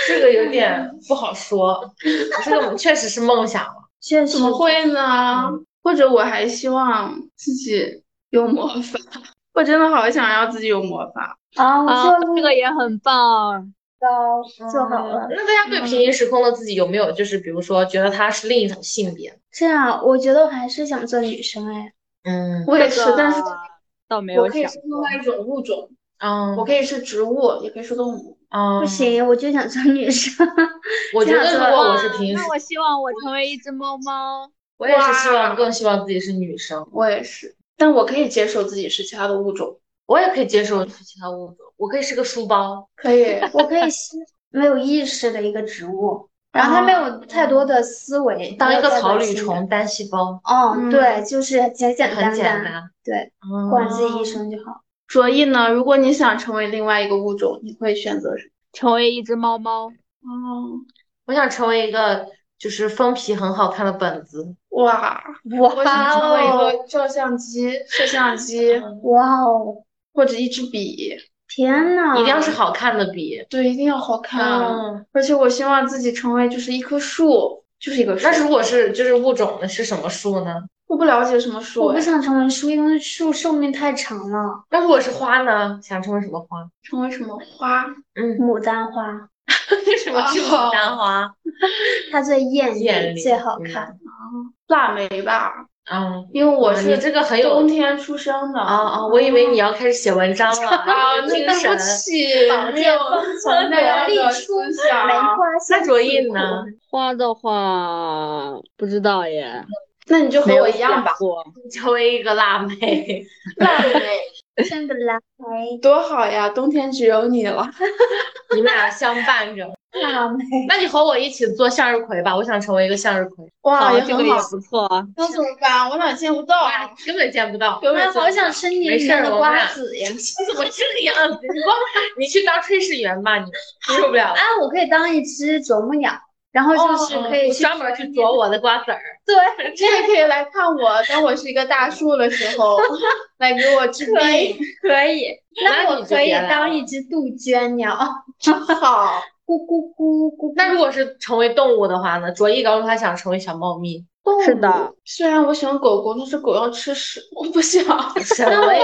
S2: 这个有点不好说， 这个确实是梦想了。
S4: 确实
S5: 怎，么会呢？或者我还希望自己有魔法， 我真的好想要自己有魔法。
S4: 啊，我
S6: 啊，
S4: 就
S6: 这个也很棒。
S2: 嗯
S4: 到就好了。
S2: 那大家对平行时空的自己有没有就是比如说觉得他是另一种性别？
S4: 这样，我觉得我还是想做女生哎。
S2: 嗯
S5: 我也
S6: 这
S5: 是，
S6: 个
S5: 但是
S6: 倒没
S5: 我
S6: 有
S5: 可以
S6: 想
S5: 是另
S6: 过。
S5: 外一种物种，
S2: 嗯
S5: 我可以是植物，也可以是动物。
S2: 嗯，
S4: 不，行，我就想做女生。
S2: 我觉得
S4: 这
S2: 如
S4: 样子
S2: 果我
S6: 哇
S2: 是平行
S6: 那，我希望我成为一只猫猫。
S2: 我也是希望
S5: 哇
S2: 更希望自己是女生，
S5: 我也是，但我可以接受自己是其他的物种，
S2: 我也可以接受其他物种，我可以是个书包，
S5: 可 以。
S4: 我可以吸没有意识的一个植物，然后它没有太多的思维，
S2: 啊当
S4: 没
S2: 一
S4: 有
S2: 个
S4: 太多
S2: 草
S4: 的
S2: 履
S4: 思维。
S2: 虫，单细胞，
S4: 哦，
S5: 嗯
S4: 对，就是简简
S2: 很
S4: 单
S2: 简
S4: 单，
S2: 单。
S4: 对，
S2: 嗯
S4: 管自己一生就好。
S5: 所以呢，如果你想成为另外一个物种，你会选择什
S6: 成为一只猫猫，
S5: 么？哦，
S2: 我想成为一个就是封皮很好看的本子，
S5: 哇，我想成为一个照相机、摄像机
S4: 哇哦，
S5: 或者一支笔，
S4: 天呐，
S2: 一定要是好看的笔。
S5: 对，一定要好看。啊
S2: 嗯，
S5: 而且我希望自己成为就是一棵树，就是一个
S2: 那如
S5: 树。
S2: 果是就是物种的是什么树呢？
S5: 我不了解什么树
S4: 我不
S5: 哎，
S4: 想成为树，因为树寿命太长了，
S2: 那如果是花呢？想成为什么花？
S5: 成为什么花？
S2: 嗯，哦
S4: 牡丹花
S2: 为什么是牡丹花？
S4: 它最艳
S2: 艳丽
S4: 丽，最好
S2: 嗯
S4: 看。
S5: 腊梅吧，
S2: 嗯，
S5: 因为我
S2: 哇
S5: 是
S2: 你这个很有
S5: 冬天出生的。嗯
S2: 啊啊！我以为你要开始写文章了，
S5: 啊，那
S2: 精
S5: 对
S2: 神
S5: 不。起，没有
S4: 从
S5: 那样
S4: 美丽
S5: 的
S4: 出
S5: 思想
S4: 梅花香
S2: 那卓
S4: 自
S2: 印
S4: 苦
S2: 呢？
S6: 花的话不知道耶，
S5: 那你就和
S6: 没有
S5: 我一样吧
S6: 想，过。
S2: 成为一个辣妹，
S5: 腊梅
S4: 像个蓝莓，
S5: 多好呀，冬天只有你了。
S2: 你们俩相伴着。
S4: 大美。
S2: 那你和我一起做向日葵吧，我想成为一个向日葵。
S5: 哇，
S6: 哦
S5: 啊也
S6: 这个
S5: 很
S6: 也
S5: 好。
S6: 不错啊。
S5: 那怎么办？我俩见不到。
S2: 哇，根本见不到。
S5: 根
S4: 哎，
S5: 本见
S4: 好
S5: 不
S4: 想
S5: 到。
S4: 吃你
S2: 没
S4: 里
S2: 事儿
S4: 面的
S2: 我们
S4: 瓜
S2: 俩
S4: 子呀！
S2: 你怎么这个样子？你光你去当炊事员吧，你受不了。
S4: 哎，我可以当一只啄木鸟，然后就是可
S2: 哦嗯
S4: 以
S2: 我
S4: 去
S2: 专门去啄我的瓜子儿。
S4: 对，
S5: 你也可以来看我，当我是一个大树的时候， 来给我治
S4: 可以
S5: 病。
S4: 可以。那
S2: 那
S4: 我
S2: 你就
S4: 可以
S2: 别来
S4: 当
S2: 了
S4: 一只杜鹃鸟，哦
S5: 好，
S4: 咕咕咕咕咕。
S2: 那如果是成为动物的话呢？卓一告诉他想成为小猫咪，
S6: 是的，
S5: 虽然我喜欢狗狗，但是狗要吃屎，我不想。
S2: 什么呀？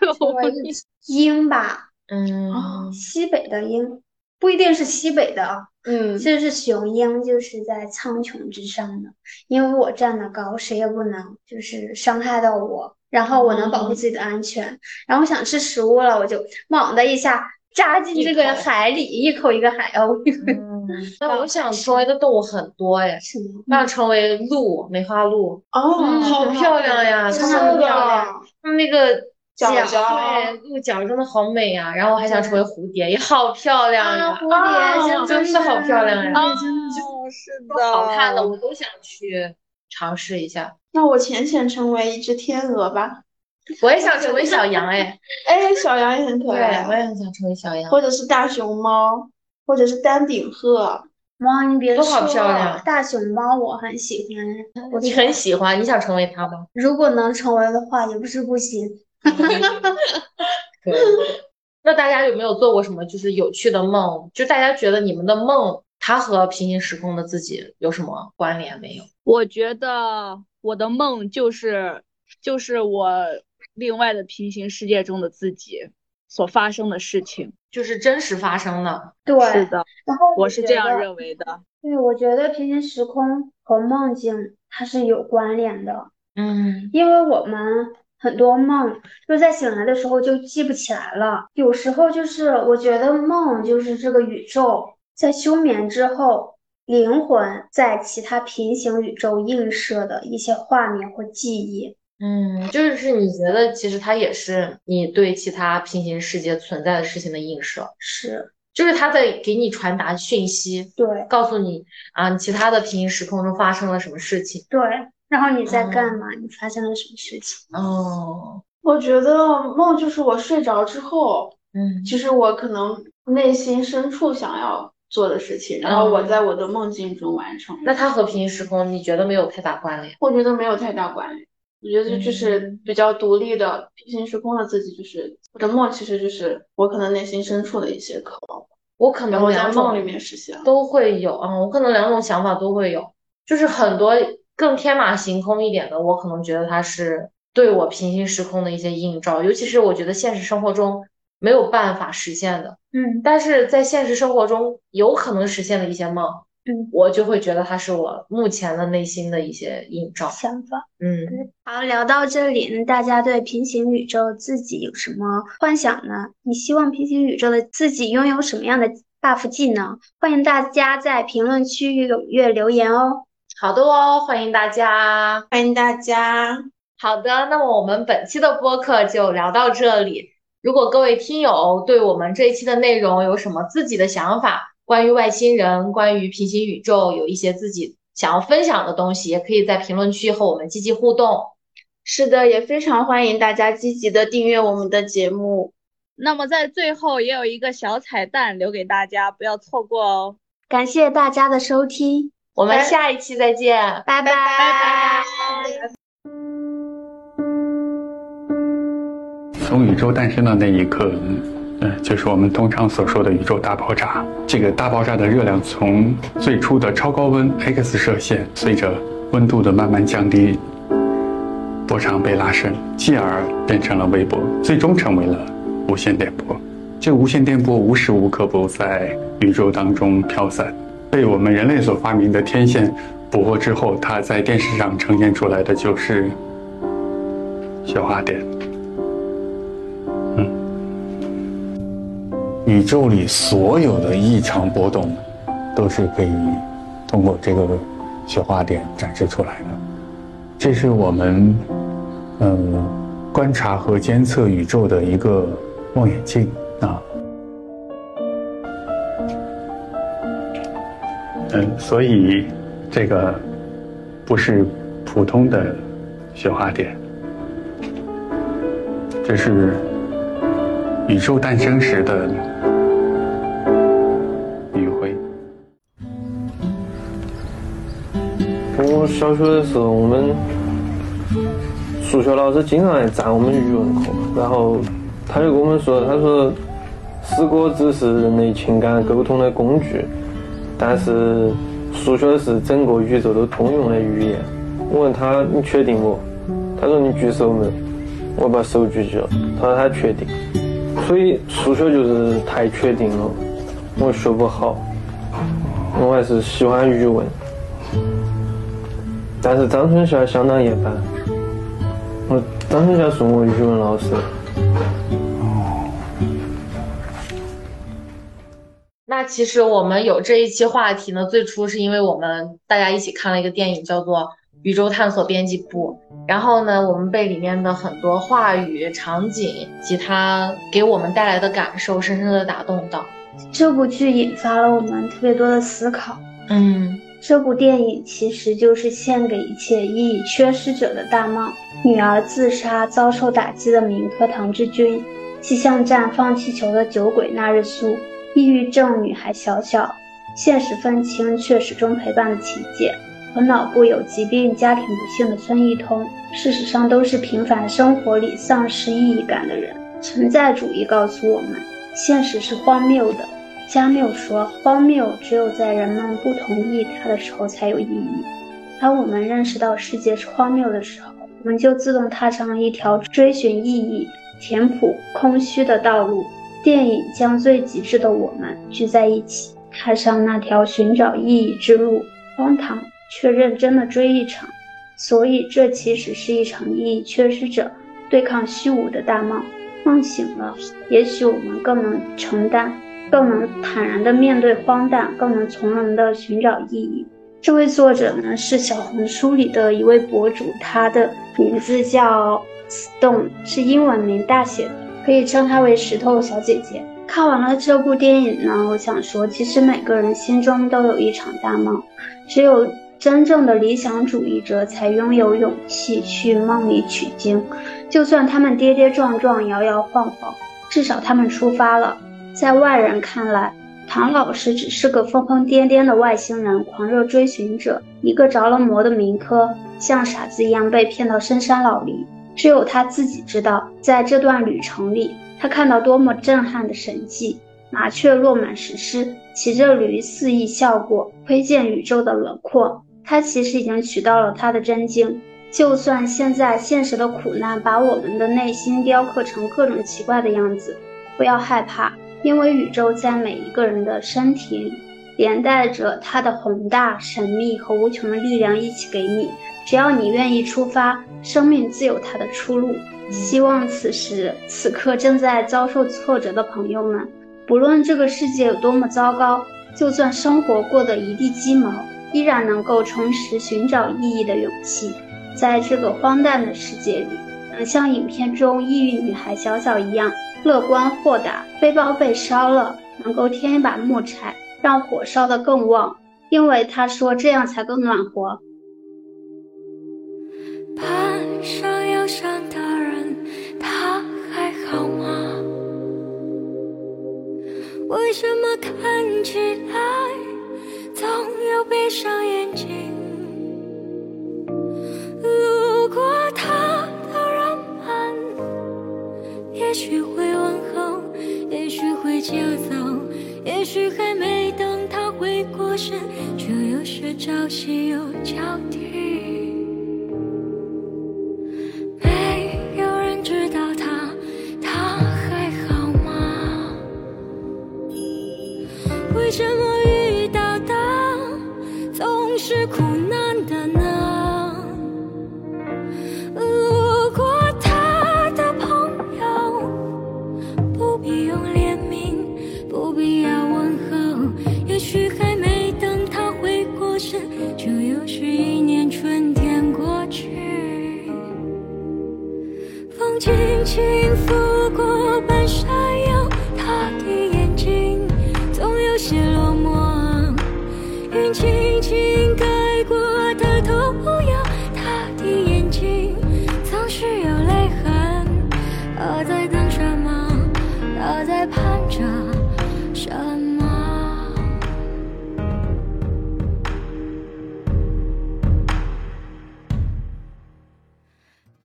S6: 就
S4: 成为一只鹰吧，
S2: 嗯，
S4: 西北的鹰，不一定是西北的啊，
S5: 嗯，
S4: 就是雄鹰，就是在苍穹之上的，因为我站得高，谁也不能就是伤害到我，然后我能保护
S2: 哦
S4: 自己的安全，然后想吃食物了，我就猛的一下扎进
S2: 一
S4: 这个
S2: 口
S4: 海里，一口一个海鸥， 一口一个
S6: 嗯
S2: 那我想成为的动物很多哎，
S4: 什么？
S2: 我想成为鹿，梅花鹿，
S5: 哦，
S4: 嗯
S5: 好
S2: 好漂亮呀，
S5: 好
S2: 它
S4: 真的
S2: 那
S5: 漂
S4: 很
S2: 个
S4: 漂
S5: 亮，
S2: 那个
S5: 脚
S4: 脚啊
S5: 脚
S2: 对，鹿角真的好美呀、然后我还想成为蝴蝶，也好漂亮
S4: 啊，
S2: 呀、
S4: 蝴蝶
S5: 啊
S4: 真
S2: 真的好漂亮呀、啊
S6: 哦，是的，
S2: 好看的我都想去尝试一下。
S5: 那我浅浅成为一只天鹅吧。
S2: 我也想成为小羊 哎，
S5: 哎，小羊也很可
S2: 对，
S5: 爱啊
S2: 我。也很想成为小羊。
S5: 或者是大熊猫，或者是丹顶鹤，
S4: 哇，你别
S2: 都
S4: 说，
S2: 好漂亮啊
S4: 大熊猫我很喜欢。我
S2: 你很喜欢，你想成为他吗？
S4: 如果能成为的话，也不是不行。
S2: 对。那大家有没有做过什么就是有趣的梦？就大家觉得你们的梦，它和平行时空的自己有什么关联没有？
S6: 我觉得我的梦就是就是我另外的平行世界中的自己所发生的事情。
S2: 就是真实发生的。
S4: 对，
S6: 是的，
S4: 然后
S6: 我是这样
S4: 觉得
S6: 认为的。
S4: 对，我觉得平行时空和梦境它是有关联的，
S2: 嗯，
S4: 因为我们很多梦就在醒来的时候就记不起来了。有时候就是我觉得梦就是这个宇宙在休眠之后，灵魂在其他平行宇宙映射的一些画面或记忆。
S2: 嗯，就是你觉得其实它也是你对其他平行世界存在的事情的映射，
S4: 是，
S2: 就是它在给你传达讯息，
S4: 对
S2: 告诉你啊，你其他的平行时空中发生了什么事情。
S4: 对。然后你在
S2: 嗯
S6: 哦
S4: 干嘛？你发生了什么事情？
S2: 哦，
S5: 我觉得梦就是我睡着之后，
S2: 嗯，
S5: 其实我可能内心深处想要做的事情，然后我在我的梦境中完成。
S2: 那它和平行时空你觉得没有太大关联？
S5: 我觉得没有太大关联，我觉得就是比较独立的平行时空的自己，就是我的梦，其实就是我可能内心深处的一些渴望，
S2: 我可
S5: 然
S2: 能
S5: 后在
S2: 两
S5: 梦里
S2: 种
S5: 面实现了。
S2: 都会有啊，我可能两种想法都会有，就是很多更天马行空一点的，我可能觉得它是对我平行时空的一些映照，尤其是我觉得现实生活中没有办法实现的，
S4: 嗯
S2: 但是在现实生活中有可能实现的一些梦，
S4: 嗯，
S2: 我就会觉得它是我目前的内心的一些映照。
S4: 想法。
S2: 嗯，
S4: 好，聊到这里，大家对平行宇宙自己有什么幻想呢？你希望平行宇宙的自己拥有什么样的 buff 技能？欢迎大家在评论区踊跃留言哦。
S2: 好的哦，欢迎大家。
S5: 欢迎大家，
S2: 好的，那么我们本期的播客就聊到这里。如果各位听友对我们这一期的内容有什么自己的想法，关于外星人、关于平行宇宙，有一些自己想要分享的东西，也可以在评论区和我们积极互动。
S5: 是的，也非常欢迎大家积极的订阅我们的节目。
S6: 那么在最后也有一个小彩蛋留给大家，不要错过哦。
S4: 感谢大家的收听，
S2: 我们下一期再见。
S4: 拜拜拜拜。
S11: 从宇宙诞生的那一刻，嗯，就是我们通常所说的宇宙大爆炸。这个大爆炸的热量从最初的超高温 X 射线，随着温度的慢慢降低，波长被拉伸，继而变成了微波，最终成为了无线电波。这无线电波无时无刻不在宇宙当中飘散，被我们人类所发明的天线捕获之后，它在电视上呈现出来的就是雪花点。
S12: 宇宙里所有的异常波动，都是可以通过这个雪花点展示出来的。这是我们，嗯、观察和监测宇宙的一个望远镜啊。
S11: 嗯，所以这个不是普通的雪花点，这是宇宙诞生时的余晖。
S13: 我小学的时候，我们数学老师经常来占我们语文课，然后他就跟我们说，他说，诗歌只是人类情感沟通的工具，但是数学是整个宇宙都通用的语言。我问他你确定不？他说你举手没？我把手举起了。他说他确定。所以数学就是太确定了，我学不好，我还是喜欢语文。但是张春霞相当一般。我张春霞是我语文老师。
S2: 那其实我们有这一期话题呢，最初是因为我们大家一起看了一个电影，叫做《宇宙探索编辑部》，然后呢，我们被里面的很多话语、场景及它给我们带来的感受深深的打动到。
S4: 这部剧引发了我们特别多的思考。
S2: 嗯，
S4: 这部电影其实就是献给一切一以缺失者的大梦：女儿自杀遭受打击的民科唐志军，气象站放气球的酒鬼纳日苏，抑郁症女孩小小，现实愤青却始终陪伴琪姐，和脑部有疾病、家庭不幸的孙一通，事实上都是平凡生活里丧失意义感的人。存在主义告诉我们，现实是荒谬的。加缪说，荒谬只有在人们不同意它的时候才有意义。当我们认识到世界是荒谬的时候，我们就自动踏上了一条追寻意义、填补空虚的道路。电影将最极致的我们聚在一起，踏上那条寻找意义之路，荒唐却认真的追一场。所以，这其实是一场意义缺失者对抗虚无的大梦。梦醒了，也许我们更能承担，更能坦然的面对荒诞，更能从容的寻找意义。这位作者呢是小红书里的一位博主，他的名字叫 Stone，是英文名大写的，可以称她为石头小姐姐。看完了这部电影呢，我想说，其实每个人心中都有一场大梦，只有真正的理想主义者才拥有勇气去梦里取经，就算他们跌跌撞撞、摇摇晃晃，至少他们出发了。在外人看来，唐老师只是个疯疯癫癫的外星人狂热追寻者，一个着了魔的民科，像傻子一样被骗到深山老林。只有他自己知道，在这段旅程里，他看到多么震撼的神迹：麻雀落满石狮，骑着驴肆意笑过，窥见宇宙的轮廓。他其实已经取到了他的真经。就算现在现实的苦难把我们的内心雕刻成各种奇怪的样子，不要害怕，因为宇宙在每一个人的身体里，连带着它的宏大、神秘和无穷的力量一起给你。只要你愿意出发，生命自有它的出路。希望此时此刻正在遭受挫折的朋友们，不论这个世界有多么糟糕，就算生活过得一地鸡毛，依然能够重拾寻找意义的勇气。在这个荒诞的世界里，能像影片中抑郁女孩小小一样乐观豁达，背包被烧了，能够添一把木柴，让火烧得更旺，因为她说这样才更暖和。
S14: 攀上忧伤的人，他还好吗？为什么看起来总有闭上眼睛？路过他的人们，也许会问候，也许会就走，也许还没等他回过神，就又是朝夕又交替。没有人知道他，他还好吗？为什么遇到的总是苦难的呢？路过他的朋友，不必用怜悯，不必要问候，也许还没等他回过神，就又是一年春天过去。风轻轻拂过